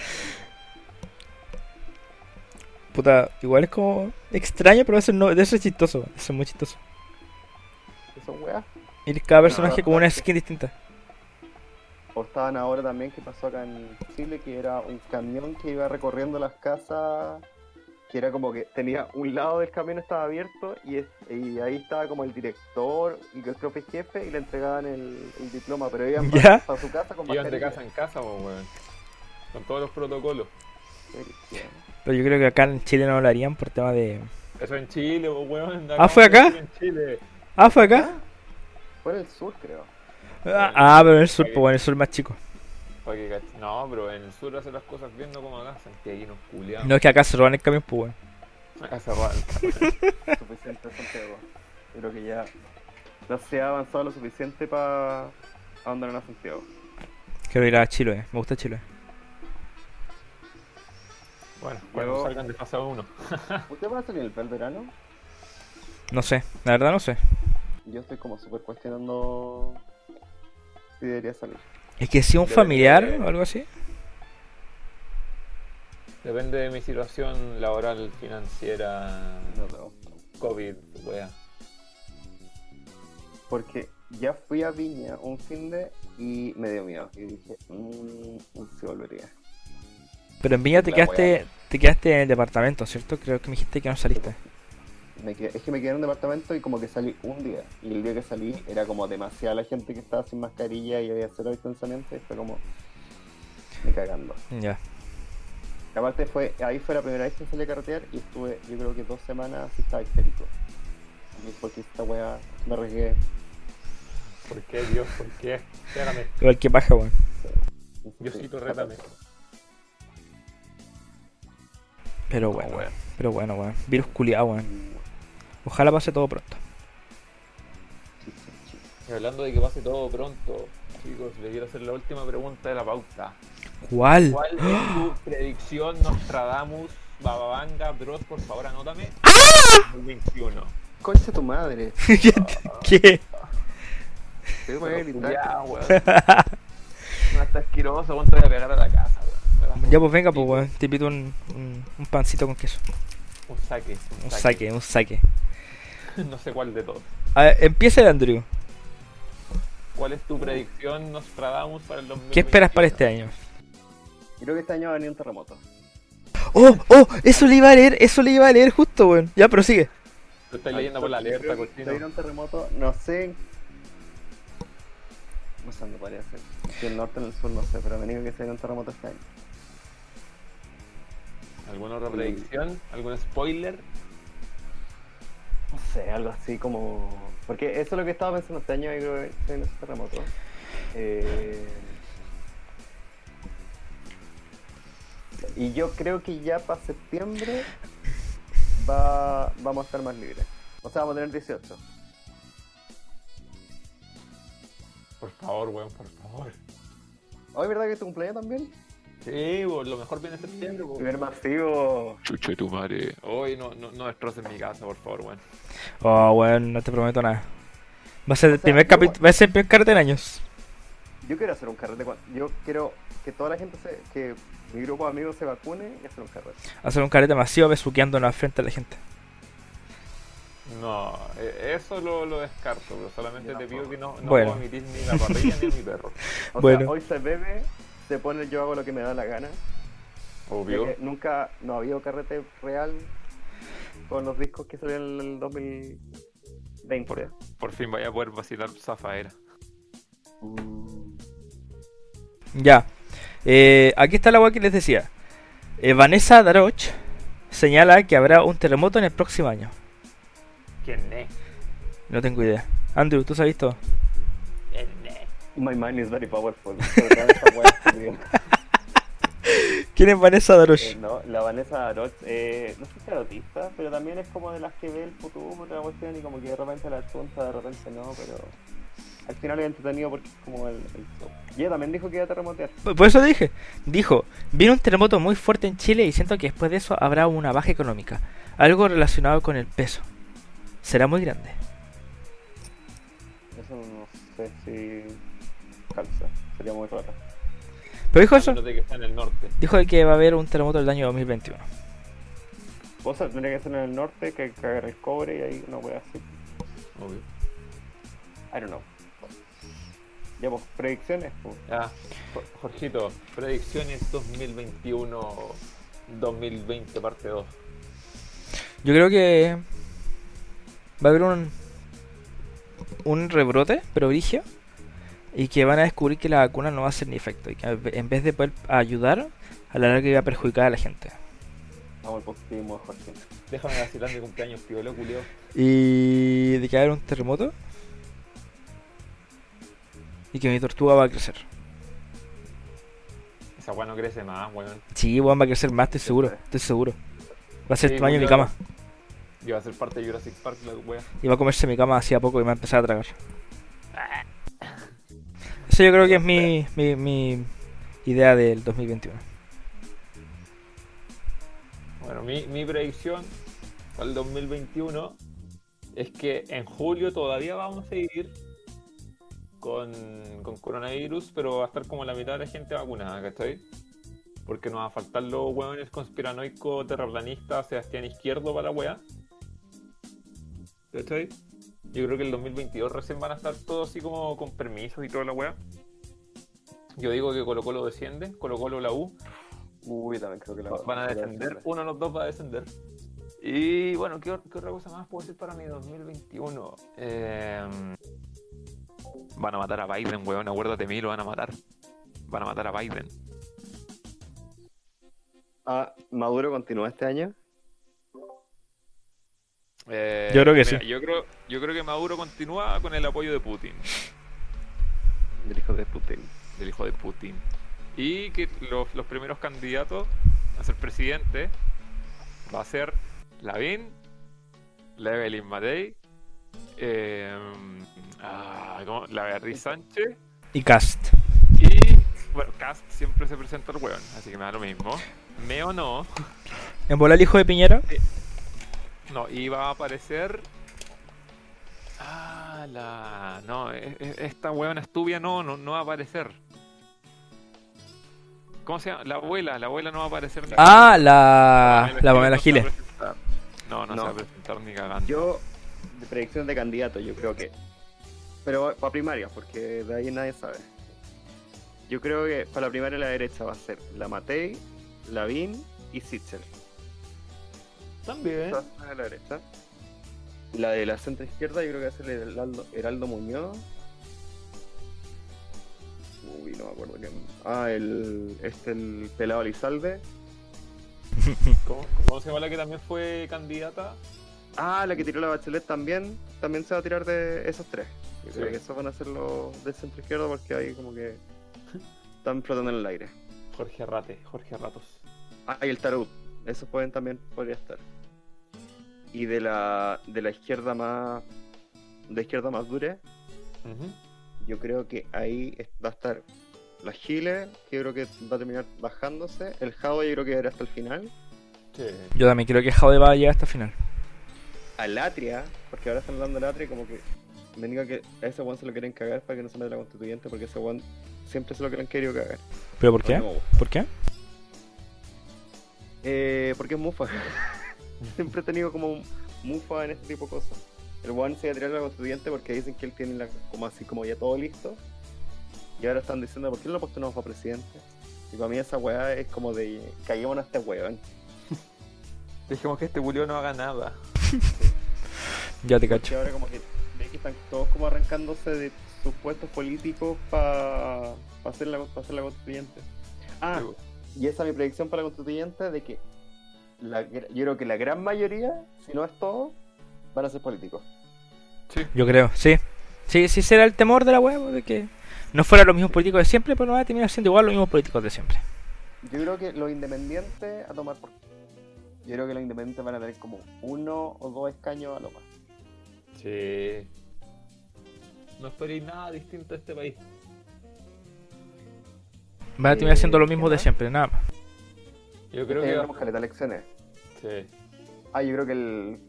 Puta, igual es como extraño, pero eso, no, eso es chistoso, eso es muy chistoso.
Que son weas.
Ir cada personaje
No,
con una
bastante.
skin distinta.
O estaban ahora también que pasó acá en Chile que era un camión que iba recorriendo las casas que era como que tenía un lado del camión estaba abierto y, es- y ahí estaba como el director y el propio jefe y le entregaban el, el diploma, pero iban
¿Ya?
para su casa con
Iban de
mascarilla.
casa en casa, po, weón. Con todos los protocolos.
Pero yo creo que acá en Chile no lo harían por tema de.
Eso en Chile, po, weón.
Ah, ¿fue acá?
En Chile.
Ah, fue acá.
Fue en el sur, creo.
Ah, ah, pero en el sur, pues en el sur más chico.
Pa' que cach- No, pero en el sur hacen las cosas viendo como acá, santiaguinos culiados.
No es que acá se roban el camión, pues weón.
Acá se roban.
Suficiente Santiago. Yo Creo que ya no se ha avanzado lo suficiente para abandonar a Santiago.
Quiero ir a Chile, me gusta Chile.
Bueno, cuando
Yo-
salgan de fase 1.
¿Usted va a salir el, el verano?
No sé, la verdad no sé.
Yo estoy como súper cuestionando si debería salir.
Es que si un
Debe
familiar
ser.
o algo así.
Depende de mi situación laboral, financiera,
No tengo.
COVID, weá.
Porque ya fui a Viña un fin de y me dio miedo. Y dije, mmm, sí volvería.
Pero en Viña te
La
quedaste, te quedaste en el departamento, ¿cierto? Creo que me dijiste que no saliste.
Me quedé- es que me quedé en un departamento y como que salí un día. Y el día que salí era como demasiada la gente que estaba sin mascarilla y había cero distanciamiento y fue como... Me cagando.
Ya.
Aparte fue, ahí fue la primera vez que salí a carretear y estuve yo creo que dos semanas así estaba histérico. Y es porque esta weá me arriesgué.
¿Por qué, Dios? ¿Por qué? Espérame.
Igual que baja, weón.
Diosito, rétame.
Pero bueno, pero bueno, weón. Virus culiado, weón. Ojalá pase todo pronto.
Y hablando de que pase todo pronto, chicos, les quiero hacer la última pregunta de la pauta.
¿Cuál?
¿Cuál es tu predicción, Nostradamus, Bababanga, Bros? Por favor, anótame.
¡Ah!
2021.
Concha tu madre.
¿Qué?
Te voy a gritar.
Ya, weón. No estás asqueroso, weón, te voy a pegar a la casa, weón. Me vas a
Ya
un-
pues venga, pues weón, te pido un, un, un pancito con queso.
Un saque.
pues. Un saque, un saque.
No sé cuál de todos.
A ver, empieza el Andrew.
¿Cuál es tu predicción, Nostradamus, para el 2021?
Uh. ¿Qué esperas para este año?
Creo que este año va a venir un terremoto.
¡Oh! ¡Oh! Eso le iba a leer, eso le iba a leer justo, weón. Ya, prosigue. este?
Tú estás leyendo por la
Yo creo
alerta,
que
cochino.
Se viene un terremoto, no sé. No sé dónde podría ser. Si el norte o el sur, no sé, pero me digo que se viene un terremoto este año.
¿Alguna otra predicción? ¿Algún spoiler?
No sé, algo así como. Porque eso es lo que estaba pensando este año, yo creo que se viene un terremoto. Eh... Y yo creo que ya para septiembre va... vamos a estar más libres. O sea, vamos a tener 18.
Por favor, weón, por favor.
¿Hoy verdad que es tu cumpleaños también?
Sí, weón, lo mejor viene en septiembre, weón.
Primer masivo.
Chucho de tu madre. Hoy no, no, no destrocen mi casa, por favor, weón.
Oh, weón, no te prometo nada. Va a ser el
sea,
primer
yo-
capítulo. Va a ser el primer carrete en años.
Yo quiero hacer un carrete. cuan- Yo quiero que toda la gente, se, que mi grupo de amigos se vacune y hacer un carrete.
Hacer un carrete masivo besuqueándonos frente a la gente.
No, eh, eso lo, lo descarto, pero solamente
Yo
te pido
tampoco.
que no, no
Bueno.
vomites ni la parrilla ni a mi perro.
O
Bueno.
sea, hoy se bebe, se pone yo hago lo que me da la gana. Ya
Obvio.
que Nunca, no ha habido carrete real con los discos que salieron en el 2020.
Por, por fin vaya a poder vacilar Zafaera.
Ya. Eh, aquí está la agua que les decía. Eh, Vanessa Daroch señala que habrá un terremoto en el próximo año.
¿Quién es?
No tengo idea. Andrew, ¿tú sabes esto?
¿Quién es?
My mind is very powerful. Sobre todo esa wea, tío.
¿Quién es Vanessa
Eh,
Daroch?
no, la Vanessa Arot, eh, no sé si es autista, pero también es como de las que ve el futuro, la cuestión, y como que de repente la asunta, de repente no, pero al final es entretenido porque es como el, el show. Y ella también dijo que iba a terremotear.
Por por eso dije. Dijo, viene un terremoto muy fuerte en Chile y siento que después de eso habrá una baja económica. Algo relacionado con el peso. Será muy grande.
Eso no sé si calza, sería muy raro.
¿Pero dijo eso?
No te que está en el norte.
Dijo de que va a haber un terremoto el año 2021.
O sea, tendría que ser en el norte, que cagar el cobre y ahí una wea así.
Obvio.
I don't know. Ya, pues, predicciones, pues.
Ya, Jo- Jorgito, predicciones 2021, 2020 parte 2.
Yo creo que va a haber un un rebrote, pero brigio, y que van a descubrir que la vacuna no va a hacer ni efecto y que en vez de poder ayudar, a la larga iba a perjudicar a la gente.
Vamos al positivismo de Jorge.
Déjame vacilar mi cumpleaños, piolo, culeo.
Y de que va a haber un terremoto y que mi tortuga va a crecer.
Esa weá no crece más, weón.
Sí, weón, va a crecer más, estoy seguro, estoy seguro. Va a ser
Sí,
el tamaño de mi
culiao.
cama
Y va a ser parte de Jurassic Park la weá.
y va a comerse mi cama así a poco y me va a empezar a tragar. Eso yo creo que es mi, mi, mi idea del 2021.
Bueno, mi, mi predicción para el 2021 es que en julio todavía vamos a vivir con, con coronavirus, pero va a estar como la mitad de la gente vacunada, ¿cachai? Porque nos va a faltar los hueones conspiranoicos, terraplanistas, Sebastián Izquierdo para la hueá. ¿Cachai? Yo creo que el 2022 recién van a estar todos así como con permisos y toda la hueá. Yo digo que Colo Colo desciende, Colo Colo la U,
Uy, también creo que la
van a descender. Uno de los dos va a descender. Y bueno, ¿qué, or- qué otra cosa más puedo decir para mi 2021? Eh, van a matar a Biden, weón. Acuérdate de mí, lo van a matar. Van a matar a Biden.
Ah, ¿Maduro continúa este año?
Eh,
Yo creo que
mira,
sí.
Yo creo, yo creo que Maduro continúa con el apoyo de Putin,
Del hijo de Putin.
del hijo de Putin. Y que los, los primeros candidatos a ser presidente va a ser Lavín, la Evelyn Matei, eh, ah, ¿cómo? la Beatriz Sánchez
Y cast.
y. Bueno, Cast siempre se presenta el weón, así que me da lo mismo. Me o no.
En volar el hijo de Piñera.
No, y va a aparecer. Ah, la. No, e- e- esta huevona estúpida no, no, no va a aparecer. ¿Cómo se llama? La abuela, la abuela no va a aparecer ni
Ah,
cagando.
la, la Pamela
no se va a
Giles.
presentar. No, no, se
No.
va a presentar ni cagando.
Yo, de predicción de candidato, yo creo que Pero para primaria, porque de ahí nadie sabe. Yo creo que para la primaria la derecha va a ser la Matei, Lavín y Sitzel.
También.
Todas están a la derecha. Y La de la centro izquierda yo creo que va a ser el Heraldo, Heraldo Muñoz. Uy, no me acuerdo quién. Ah, el. Este, el pelado Elizalde.
¿Cómo, cómo se llama la que también fue candidata?
Ah, la que tiró la Bachelet también. También se va a tirar de esos tres. Yo creo
Sí.
que esos van a ser los del centro izquierda porque ahí como que están flotando en el aire.
Jorge Rate, Jorge Ratos.
Ah, y el tarot. Esos pueden también podría estar. Y de la de la izquierda más de izquierda más dura,
Ujú.
yo creo que ahí es- va a estar la Chile, que yo creo que va a terminar bajándose. El Jao yo creo que era hasta el final.
Sí.
Yo también creo que Jaude va a llegar hasta el final.
Al Atria, porque ahora están hablando del Atria y como que me diga que a ese one se lo quieren cagar para que no se meta la constituyente, porque ese one siempre se lo quieren querido cagar.
¿Pero por
A
qué?
mí me gusta.
¿Por qué?
Eh, porque es Mufa. Siempre he tenido como Mufa en este tipo de cosas. El Juan se iba a tirar a la constituyente porque dicen que él tiene la- como así como ya todo listo. Y ahora están diciendo, ¿por qué no lo postulamos para presidente? Y para mí esa weá es como de, caigamos a este weón.
Dijimos que este Julio no haga nada.
Ya te
Que
cacho.
ahora como que ve que están todos como arrancándose de sus puestos políticos para hacer, la, pa hacer la constituyente. Ah, y esa es mi predicción para la constituyente de que la gr- yo creo que la gran mayoría, si no es todo, van a ser políticos.
Sí.
Yo creo, sí. Sí, sí será el temor de la web, de que no fueran los mismos políticos de siempre, pero van a terminar siendo igual los mismos políticos de siempre.
Yo creo que los independientes a tomar por. Yo creo que los independientes van a tener como uno o dos escaños a lo más.
Sí. No esperéis nada distinto a este país.
Van a terminar
Eh,
siendo lo
¿qué
mismo de
más?
siempre, nada más.
Creo
Yo creo
que
que.
Eh, tenemos caleta de elecciones.
Sí.
Ah, yo creo que el.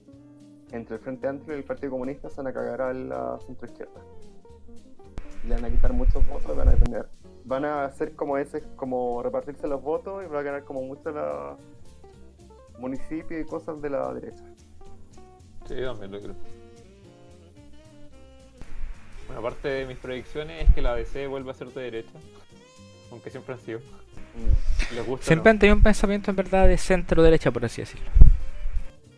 Entre el Frente Amplio y el Partido Comunista se van a cagar a la centro izquierda. Le van a quitar muchos votos y van a depender. Van a hacer como ese, como repartirse los votos y van a ganar como mucho la municipios y cosas de la derecha.
Sí, yo también lo creo. Bueno, aparte de mis predicciones es que la ABC vuelve a ser de derecha. Aunque siempre han sido. Les gusta.
Siempre
¿no?
han tenido un pensamiento en verdad de centro-derecha, por así decirlo.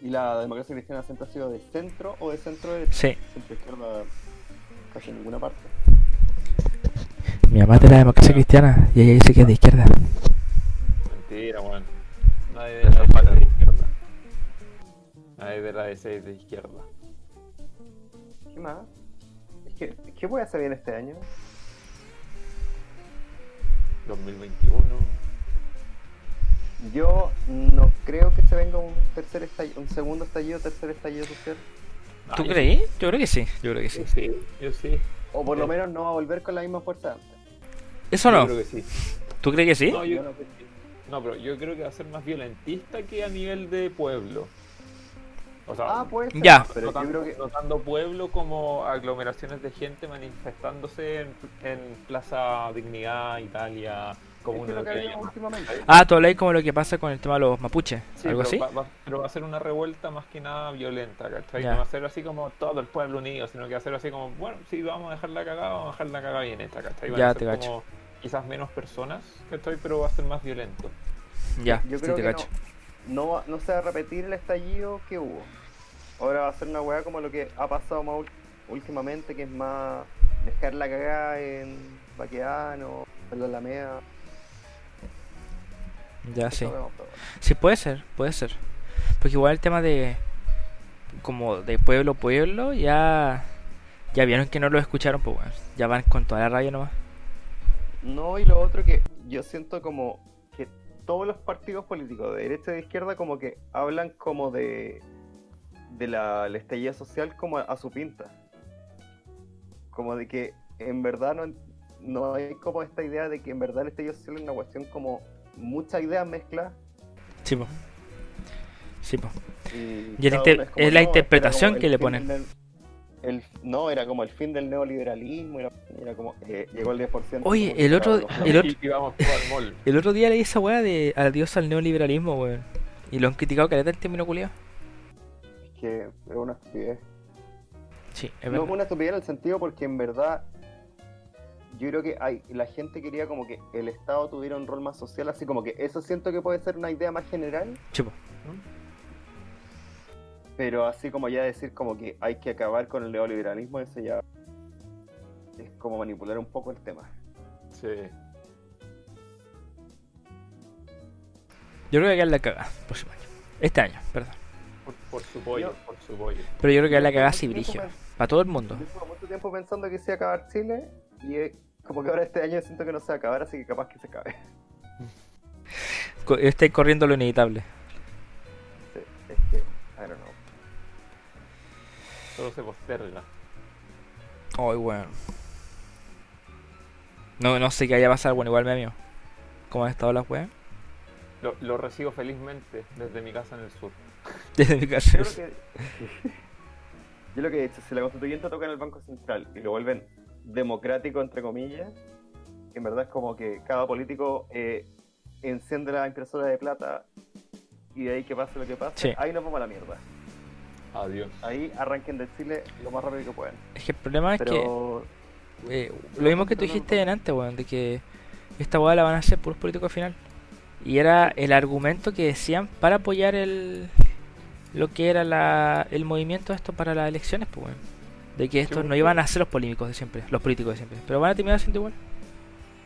¿Y la democracia cristiana siempre ha sido de centro o de centro derecha?
Sí.
Centro izquierda casi en ninguna parte.
Mi mamá es de la democracia cristiana y ella dice que es de izquierda.
Mentira, weón. Nadie de la DC es de izquierda. Nadie de la DC es de izquierda.
¿Qué más? Es que, ¿Qué voy a hacer bien este año?
2021.
Yo no creo que se venga un tercer estallido, un segundo estallido, tercer estallido social.
Ah,
¿Tú
yo-
creí? Yo creo que sí, yo creo que sí.
Yo sí, yo sí.
O por
Sí.
lo menos no va a volver con la misma fuerza de antes.
Eso
Yo
no.
creo que sí.
¿Tú crees que sí?
No,
Yo
yo,
no creo.
no, pero yo creo que va a ser más violentista que a nivel de pueblo. O sea,
Ah, pues.
Ya.
Pero
no,
yo
tanto,
creo que.
no tanto pueblo como aglomeraciones de gente manifestándose en, en Plaza Dignidad, Italia, como
es que
uno
lo que
lo quiera
había
llamar.
últimamente.
Ah, tú habláis como lo que pasa con el tema de los mapuches,
Sí,
algo
pero,
así.
Va, va- pero va a ser una revuelta más que nada violenta, ¿cachai?
Ya.
No va a ser así como todo el pueblo unido, sino que va a ser así como, bueno, sí, vamos a dejarla cagada, vamos a dejarla cagada bien esta, ¿cachai? Van
Ya,
a ser
te cacho.
como quizás menos personas, ¿cachai? Pero va a ser más violento.
Ya,
Yo
sí
creo
te
que
cacho.
no, no, va- no se va a repetir el estallido que hubo. Ahora va a ser una weá como lo que ha pasado más ul- últimamente, que es más dejar la cagada en Baqueano, en la Alameda. Eso
Ya, Ah, sí.
vemos todo.
Sí, puede ser, puede ser. Porque igual el tema de. como de pueblo a pueblo, ya. ya vieron que no lo escucharon, pues bueno, ya van con toda la raya nomás.
No, y lo otro que yo siento como que todos los partidos políticos, de derecha y de izquierda, como que hablan como de, de la, la estallido social como a, a su pinta. Como de que en verdad no, no hay como esta idea de que en verdad el estallido social es una cuestión como muchas ideas mezclas.
Sí, pues. Sí, pues.
Y
Y el
cada
inter-
una como,
es
este
la
era
interpretación
como el
que le
fin
ponen.
del- el- no, era como el fin del neoliberalismo, era, era como, eh, llegó el 10%.
Oye,
como que
el otro-
estaba-
el otro-
Y, y vamos todo al mall.
El otro día leí esa weá de adiós al neoliberalismo, weón. Y lo han criticado caleta el término culiado.
que era una estupidez.
Sí, es
No pues.
verdad.
es una estupidez en el sentido porque en verdad yo creo que hay, la gente quería como que el Estado tuviera un rol más social, así como que eso siento que puede ser una idea más general,
Chupo.
pero así como ya decir como que hay que acabar con el neoliberalismo, eso ya es como manipular un poco el tema.
Sí.
Yo creo que acá la cagada, próximo año. Este año, perdón.
Por, por su pollo,
Yo-
por su pollo.
Pero yo creo que acá la cagada sí
Yo
brigio.
estuve-
Para todo el mundo.
Yo estuve mucho tiempo pensando que se iba a acabar Chile y eh, como que ahora este año siento que no se va a acabar, así que capaz que se acabe.
Co- Estáis corriendo lo inevitable.
Sí, es que, I don't know.
Todo se posterga.
Ay, bueno. No, no sé qué vaya a pasar, bueno, igual me amigo. ¿Cómo han estado las weas?
Lo, lo recibo felizmente desde mi casa en el sur.
Desde mi casa.
Yo lo que, yo lo que he hecho, si la constituyente toca en el Banco Central y lo vuelven democrático, entre comillas, en verdad es como que cada político eh, enciende la impresora de plata y de ahí que pase lo que pase,
Sí.
ahí nos vamos a la mierda.
Adiós.
Ahí arranquen de Chile lo más rápido que puedan.
Es que el problema es
Pero
que. eh, lo mismo que tú dijiste antes, weón, de que esta wea la van a hacer puros políticos al final. Y era el argumento que decían para apoyar el. Lo que era la, el movimiento esto para las elecciones, pues, weón. De que estos no
porque-
iban a ser los polémicos de siempre, los políticos de siempre. Pero van a terminar siendo igual.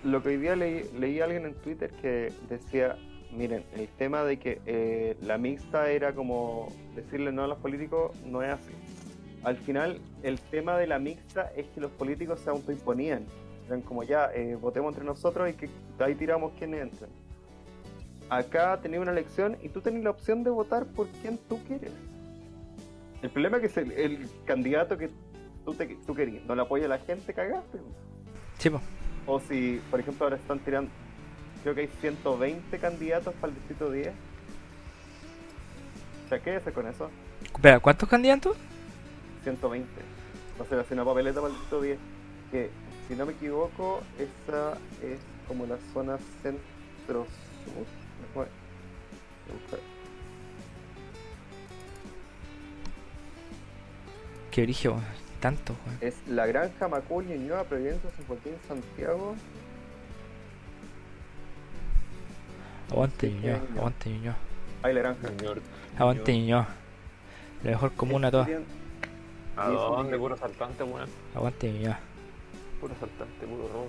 lo que hoy día leí, leí a alguien en Twitter que decía, miren, el tema de que eh, la mixta era como decirle no a los políticos, no es así. Al final, el tema de la mixta es que los políticos se autoimponían. Eran como ya, eh, votemos entre nosotros y que de ahí tiramos quiénes entran. Acá tenés una elección y tú tenés la opción de votar por quien tú quieres. El problema es que es el, el candidato que tú, te, tú querías no lo apoya la gente, cagaste.
Sí, pues. po.
O si, por ejemplo, ahora están tirando, creo que hay 120 candidatos para el distrito 10. O sea, quédese con eso.
Espera, ¿cuántos candidatos?
120. Va a ser así una papeleta para el distrito 10. Que, si no me equivoco, esa es como la zona centro sur. Déjame- voy a buscar.
Qué origen, weón. Tanto, weón.
Es La Granja, Macul, Ñuñoa, Providencia, San Joaquín, Santiago.
Aguante,
Sí,
Ñuñoa.
genial.
Aguante, Ñuñoa.
Ay, La Granja.
Señor.
Aguante, Ñuñoa. La mejor comuna toda.
Serían-
¿A
Y eso
dónde?
digo.
Puro asaltante, weón.
Aguante, Ñuñoa.
Puro asaltante, puro robo.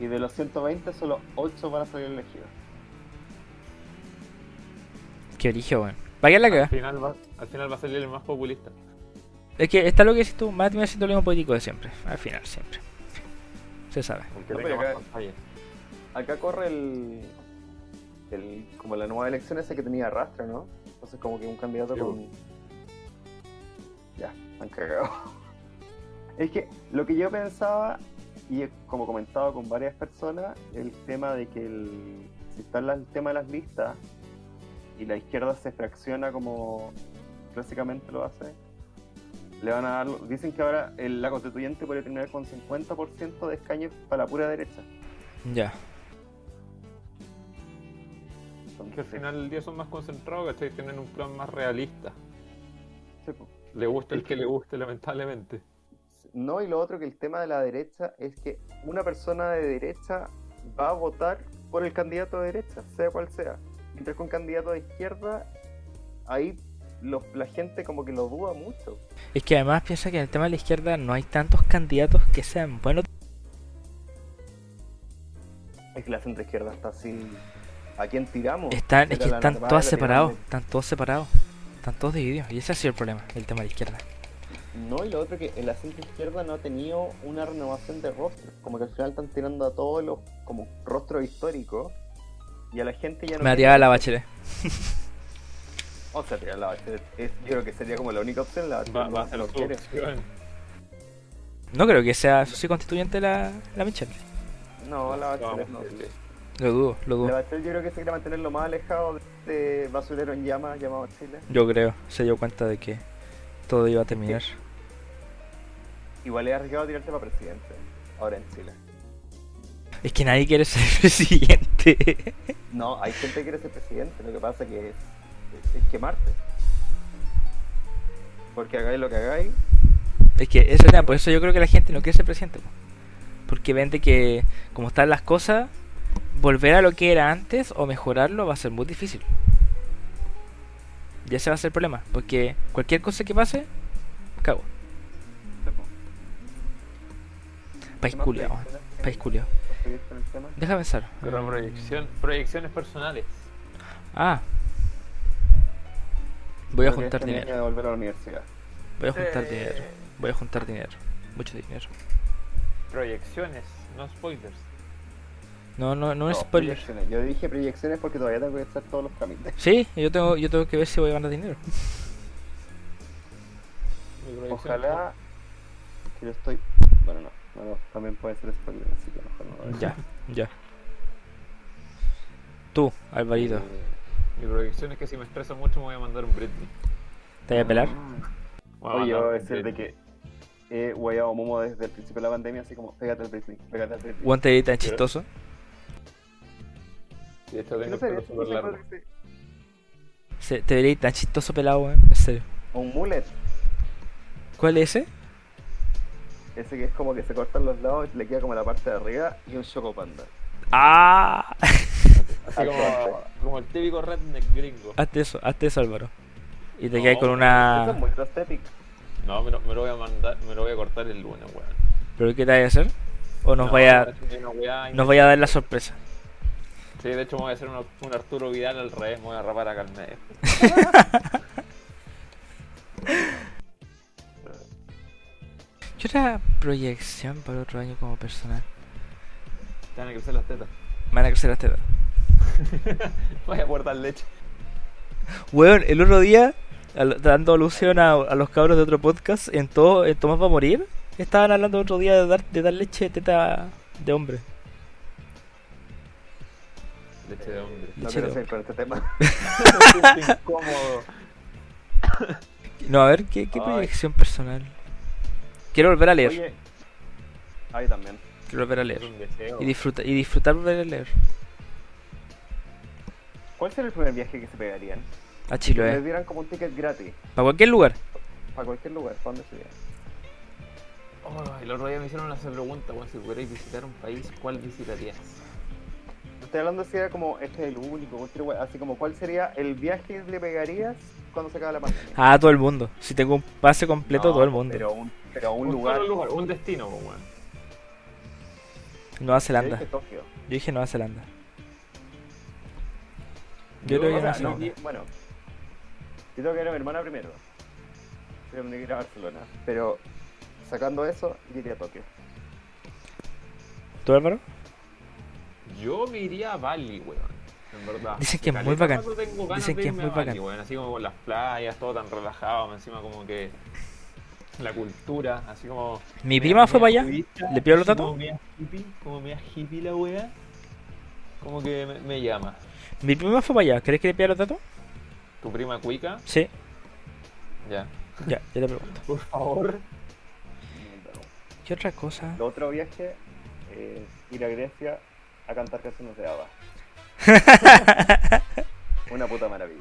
Y de los 120, solo 8 van a salir elegidos.
Qué origen, weón. ¿Para qué la
Al
caga?
final, va, al final va a salir el más populista.
Es que está lo que dices tú. Más terminar siendo el mismo político de siempre. Al final, siempre. Se sabe.
Porque
No,
tenga
pero
más
acá-
pantalla.
Acá corre el, el- como la nueva elección esa que tenía arrastre, ¿no? Entonces como que un candidato
Sí,
con... Ya, han cagado. Es que lo que yo pensaba, y he como comentado con varias personas, el tema de que el, si está la- el tema de las listas y la izquierda se fracciona como clásicamente lo hace, le van a dar... Dicen que ahora el- la constituyente puede terminar con 50% de escaños para la pura derecha.
Ya.
Que al
Entonces,
final del día son más concentrados, ¿cachai? Tienen un plan más realista.
sí, po.
Le gusta el que le guste, lamentablemente.
No, y lo otro que el tema de la derecha es que una persona de derecha va a votar por el candidato de derecha, sea cual sea. Mientras que un candidato de izquierda, ahí los, la gente como que lo duda mucho.
Es que además piensa que en el tema de la izquierda no hay tantos candidatos que sean buenos.
Es que la centro izquierda está así. ¿A quién tiramos?
Están,
Era
es que
la
están
Narváez,
todos
la
separados.
Hernández.
Están todos separados. Están todos divididos. Y ese ha sido el problema, el tema de la izquierda.
No, y lo otro que la centro izquierda no ha tenido una renovación de rostros. Como que al final están tirando a todos los como rostros históricos. Y a la gente ya no.
Me
quiere-
tiraba la bachelet.
O sea, tirar la Bachelet es, yo creo que sería como la única opción. La
Va,
Bachelet
va a
no-
ser
no
su
quiere.
opción.
No creo que sea soy constituyente la, la Michelle.
No, la Bachelet Ah, no.
Vamos, este, Chile.
Lo dudo, lo
La
dudo.
Bachelet yo creo que se quiere mantener lo más alejado de este basurero en llamas llamado Chile.
Yo creo. Se dio cuenta de que todo iba a terminar.
Igual es arriesgado tirarte para presidente. Ahora en Chile.
Es que nadie quiere ser presidente.
No, hay gente que quiere ser presidente. Lo que pasa que es, es, es quemarte. Porque hagáis lo que hagáis,
Es que eso era, por eso yo creo que la gente no quiere ser presidente. po. Porque vende que como están las cosas, volver a lo que era antes o mejorarlo va a ser muy difícil. Y ese va a ser el problema. Porque cualquier cosa que pase, cago.
Sí, po.
País
¿Qué más
culiao,
proyecciones
país
tenéis?
culiao.
¿Seguir con el tema?
Deja pensar.
Pero proyección, proyecciones personales.
Ah. Voy
Creo
a
que
juntar
este niño
dinero.
de volver a la universidad.
Voy a juntar
Eh,
dinero. Voy a juntar dinero. Mucho dinero.
Proyecciones, no spoilers.
No, no, no
No,
es spoiler.
proyecciones. Yo dije proyecciones porque todavía tengo que hacer todos los trámites.
Sí, yo tengo, yo tengo que ver si voy a ganar dinero.
Mi proyección
Ojalá que yo estoy. Bueno, no. Bueno, también puede ser spoiler, así que mejor no lo digo.
Ya, ya. Tú, Alvarito,
Eh,
es- Mi proyección es que si me estreso mucho me voy a mandar un Britney.
¿te voy a pelar?
Voy a
Mm. Oye,
mandar
voy a
un
decir de
Britney.
que he guayado a Momo desde el principio de la pandemia, así como pégate al Britney, pégate al Britney.
Guante de tan chistoso.
De hecho, tengo
No
el
sé,
pelo
no sé
súper
cuál
largo.
es ese.
Se- te veréis tan chistoso pelado, weón. En serio.
O un mullet,
¿Cuál es ese?
ese que es como que se cortan los lados, le queda como la parte de arriba y un chocopanda.
¡Ah!
Así como, como el típico redneck gringo.
hazte eso, hazte eso, Álvaro. Y te quedas
No,
con
Eso es
una.
muy prosthetic.
No, me lo, me lo voy a mandar, me lo voy a cortar el lunes, weón.
¿Pero qué te vas a hacer? ¿O nos
No,
vaya,
es una weá
nos vaya a dar la sorpresa?
Sí, de hecho me voy a hacer un, un Arturo Vidal al revés, me voy a rapar acá al medio.
Yo era proyección para otro año como personal.
Te van a crecer las tetas.
Me van a crecer las tetas.
Voy a guardar leche.
Weón, el otro día, al- dando alusión a, a los cabros de otro podcast, en todo, en Tomás va a morir, estaban hablando otro día de dar, de dar leche de teta de hombre.
Leche de hombre.
No
Leche
quiero
de hombre.
seguir con este tema.
Es incómodo.
No, a ver, ¿qué, qué
Ay.
proyección personal? Quiero volver a leer.
Oye, ahí también.
Quiero volver a
Es
leer.
un deseo.
Y, disfruta, y disfrutar volver a leer.
¿Cuál será el primer viaje que se pegarían?
A
Que Les
Chiloé.
dieran como un ticket gratis,
Para cualquier lugar.
para cualquier lugar, para donde se vea.
Oh, el otro día me hicieron esa pregunta, weón, si pudierais visitar un país, ¿cuál visitarías?
Estoy hablando si era como, este es el único, cualquier lugar, así como, ¿cuál sería el viaje que le pegarías cuando se acabe la pandemia?
A todo el mundo. Si tengo un pase completo,
No,
todo el mundo.
Pero un, pero un
Un
lugar.
solo lugar, un destino, weón.
Nueva
Yo
Zelanda.
dije Tokio.
Yo dije Nueva Zelanda. Yo creo
O sea,
que Nueva
no,
Zelanda.
y- bueno, yo tengo que ir a mi hermana primero. Pero me tengo que ir a Barcelona. Pero sacando eso, yo iría a Tokio.
¿Tú, Álvaro?
Yo me iría a Bali, weón. En verdad.
Dicen que es muy
Caleta
bacán.
rato tengo ganas
Dicen
de
que es
irme
muy
a Bali,
bacán.
weón, Así como con las playas, todo tan relajado, más encima como que la cultura, así como. media-
Mi prima fue para
media
allá.
turista,
¿Le pidió los
así
datos?
Como media hippie, como media hippie la wea. Como que me, me llama.
Mi prima fue para allá. ¿Querés que le pida los datos?
¿Tu prima cuica?
Sí.
Ya.
Ya, ya te pregunto.
Por favor.
¿Qué otra cosa?
Lo otro viaje es ir a Grecia a cantar canciones de Ava. Una puta maravilla.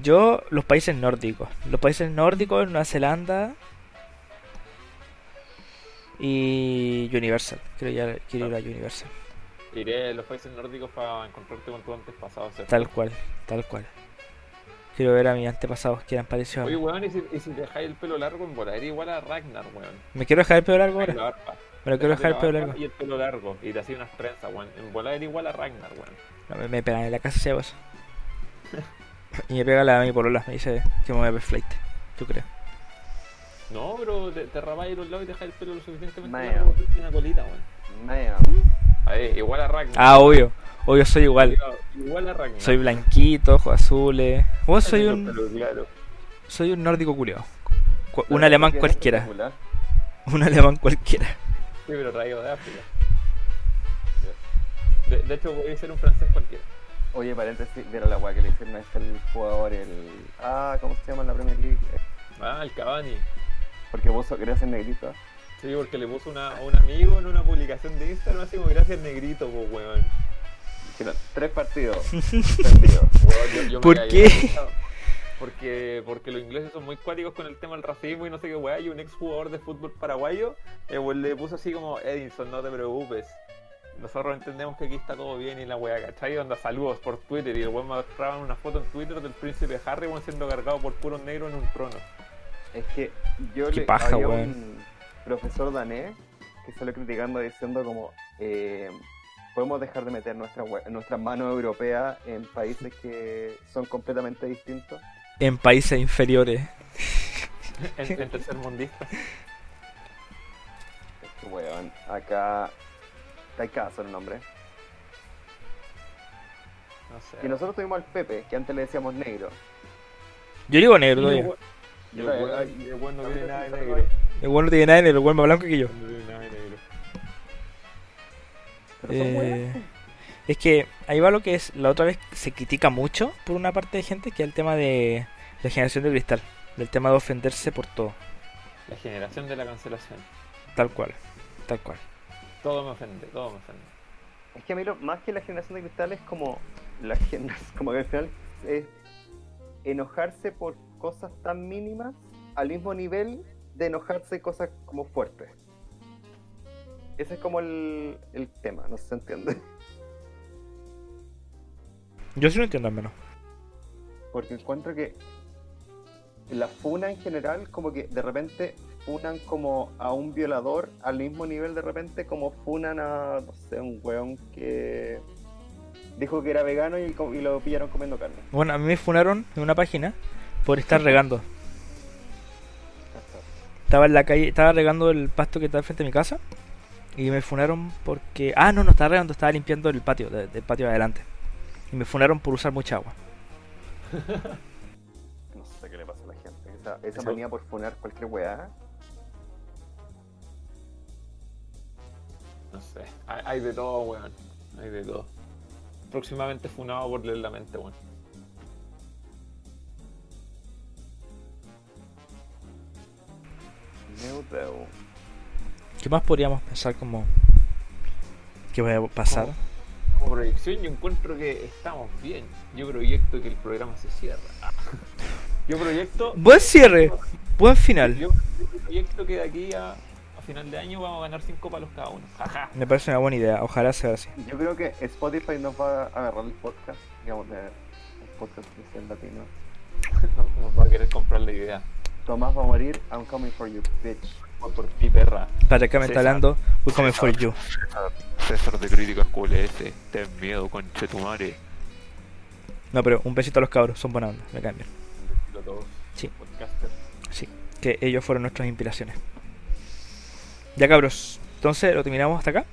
Yo, los países nórdicos. Los países nórdicos, Nueva Zelanda. Y Universal. Quiero, ya, quiero ir a Universal.
Iré a los países nórdicos para encontrarte con tus antepasados. ¿cierto?
Tal cual, tal cual. Quiero ver a mis antepasados que eran parecidos. a
Oye,
mí.
weón, y si, y si dejáis el pelo largo en volar, igual a Ragnar, weón.
Me quiero dejar el pelo largo
Ahí
ahora.
la barba.
Me lo
Déjate
quiero dejar el
la
pelo
barba
largo.
Y el pelo largo. Y te hacía unas trenzas, weón. En volar era igual a Ragnar, weón.
No, me, me pegan en la casa se pasa. Y me pega la mi polola. Me dice que me voy a ver flight. ¿Tú crees?
No, pero te, te rabáis los lados y dejáis el pelo lo suficientemente
Meo.
largo para hacerte una colita, weón.
Man.
Ahí, igual a Ragnar.
Ah, obvio. Obvio, soy igual.
Igual a Ragnar.
Soy blanquito, ojos azules. Vos soy un,
Pero claro,
soy un nórdico culiao. Cu-
la
Un alemán
verdad que es
cualquiera.
espectacular.
Un alemán cualquiera.
Sí, pero traído de África. De, de hecho, voy a ser un francés cualquiera.
Oye, paréntesis, vieron la guay que le hicieron a este jugador, el. Ah, ¿cómo se llama en la Premier League? Eh,
Ah, el Cavani.
Porque vos sos gracias negrito.
Sí, porque le puso una, a un amigo en una publicación de Instagram así como gracias negrito, pues weón.
Hicieron tres partidos perdidos.
Weón, yo- yo me
¿Por
caí
qué?
de la risa, Porque porque, porque los ingleses son muy cuáticos con el tema del racismo y no sé qué weá. Y un ex jugador de fútbol paraguayo eh, weón, le puso así como: Edinson, no te preocupes. Nosotros entendemos que aquí está todo bien y la weá, ¿cachai? Onda saludos por Twitter. Y el weón mostraban una foto en Twitter del príncipe Harry, weón, siendo cargado por puro negro en un trono.
Es que yo
Qué
le
paja,
había
weón.
un profesor danés que salió criticando diciendo como eh, podemos dejar de meter nuestra we- nuestra mano europea en países que son completamente distintos.
En países inferiores.
En, en tercer mundista.
Es que weón, acá Taikazo el nombre.
No sé.
Y nosotros tuvimos al Pepe, que antes le decíamos negro.
Yo digo negro
Y el
todavía.
weón- y el weón- y el weón no tiene nada de negro.
El weón no tiene nada en el weón más blanco que yo.
No tiene nada de negro.
Pero son
Eh,
weas.
es que ahí va lo que es, la otra vez se critica mucho por una parte de gente que es el tema de la generación de cristal, del tema de ofenderse por todo,
La generación de la cancelación.
tal cual, tal cual.
Todo me ofende, todo me ofende.
Es que a mí lo- más que la generación de cristal es como la generación, como que al final es enojarse por cosas tan mínimas al mismo nivel de enojarse cosas como fuertes. Ese es como el, el tema, no sé si se entiende.
Yo sí lo entiendo al menos.
Porque encuentro que la funa en general, como que de repente funan como a un violador al mismo nivel de repente como funan a, no sé, un weón que dijo que era vegano y, co- y lo pillaron comiendo carne.
Bueno, a mí me funaron en una página por estar regando. Estaba en la calle, estaba regando el pasto que está al frente de mi casa y me funaron porque ah, no, no estaba regando, estaba limpiando el patio, de- del patio de adelante. Y me funaron por usar mucha agua.
No sé qué le pasa a la gente. Esa, esa
Eso-
manía por funar cualquier weá.
No sé. Hay, hay de todo, weón. Hay de todo. Próximamente funado por leer la mente, weón.
Neutro.
¿Qué más podríamos pensar como que va a pasar?
Como- Como proyección, yo encuentro que estamos bien. Yo proyecto que el programa se cierra. Ah. Yo proyecto.
Buen cierre, buen final.
Yo proyecto que de aquí a, a final de año vamos a ganar 5 palos cada uno. Ajá.
Me parece una buena idea, ojalá sea así.
Yo creo que Spotify nos va a agarrar el podcast. Digamos, de el podcast que sea en latino.
Nos va a querer comprar la idea.
Tomás va a morir. I'm coming for you, bitch.
Voy por ti, perra.
Prácticamente
César.
hablando, we're coming for you.
César de Críticas QLS. Ten miedo, conchetumare.
No, pero un besito a los cabros, son buena onda, me cambian.
Lo todos.
Sí.
Podcaster.
Sí, que ellos fueron nuestras inspiraciones. Ya cabros, entonces lo terminamos hasta acá.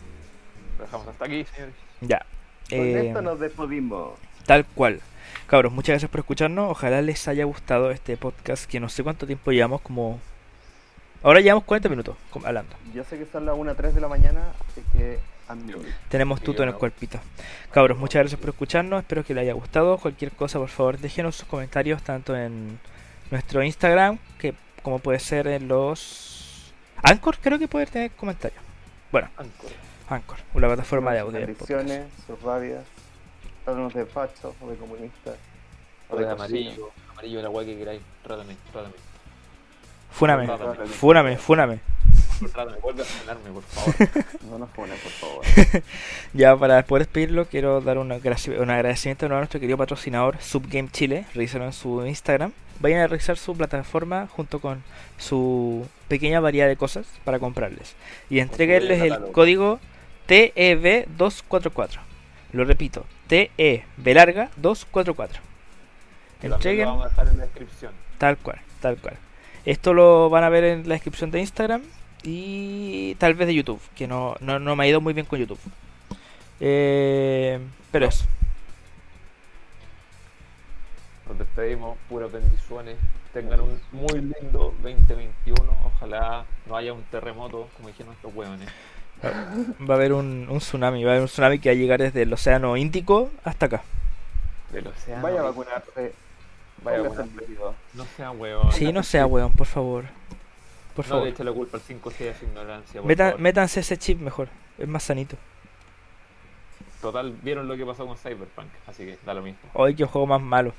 Lo dejamos hasta aquí, señores.
Ya.
Con
Eh,
esto nos despedimos.
Tal cual. Cabros, muchas gracias por escucharnos. Ojalá les haya gustado este podcast que no sé cuánto tiempo llevamos, como... Ahora llevamos 40 minutos com- hablando.
Yo sé que son las 1 a 3 de la mañana, así que I'm new.
Tenemos tuto en el cuerpito. Cabros, muchas gracias por escucharnos. Espero que les haya gustado. Cualquier cosa, por favor, déjenos sus comentarios tanto en nuestro Instagram, que como puede ser en los... Anchor creo que puede tener comentarios. Bueno,
Anchor.
Anchor, una plataforma de
Sus
audio. de podcast.
Bendiciones, sus rabias. Trátanos de fachos o de comunistas.
O de
cochinos.
amarillo. Amarillo, la guay que queráis. Trátame, trátame.
Fúname,
Trátame.
fúname, fúname.
Trátame, vuelve a funarme, por favor.
No nos ponen, por favor.
Ya para poder despedirlo, quiero dar una graci- un agradecimiento nuevo a nuestro querido patrocinador Subgame Chile. Revísalo en su Instagram. Vayan a revisar su plataforma junto con su pequeña variedad de cosas para comprarles. Y entreguenles el
catálogo.
código E TEB244. Lo repito, TEB larga 244.
Que también
Entreguen
Lo vamos a dejar en la descripción.
Tal cual, tal cual. Esto lo van a ver en la descripción de Instagram y tal vez de YouTube, que no, no, no me ha ido muy bien con YouTube. Eh, pero eso,
Nos despedimos, puras bendiciones. Tengan un muy lindo 2021. Ojalá no haya un terremoto, como dijeron estos hueones.
va a haber un, un tsunami, va a haber un tsunami que va a llegar desde el Océano Índico hasta acá.
Del océano.
Vaya a vacunarse.
Vaya
Póngase
a
el
vacunarse.
vestido.
No sea hueón.
Sí, no sea weón, por favor. Por
No le
favor.
eche la culpa al 5G de su ignorancia. por
Meta-
favor.
métanse ese chip mejor, es más sanito.
Total, vieron lo que pasó con Cyberpunk, así que da lo mismo.
Hoy que juego más malo.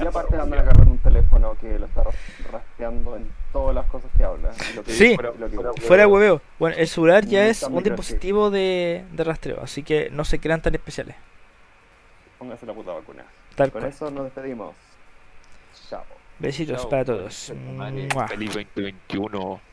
Y aparte andan agarrando un teléfono que lo está ras- rastreando en todas las cosas que habla. y lo que
Sí.
dice, y lo que
Fuera-
dice.
Fuera de hueveo. Bueno, el celular ya
Mm,
es un
también creo que sí.
dispositivo de, de rastreo, así que no se crean tan especiales.
Póngase la puta vacuna.
Tal
Con
cual.
eso nos despedimos. Chao.
Besitos
Chao,
para
chao,
todos.
chao, madre.
Mua.
Feliz 2021.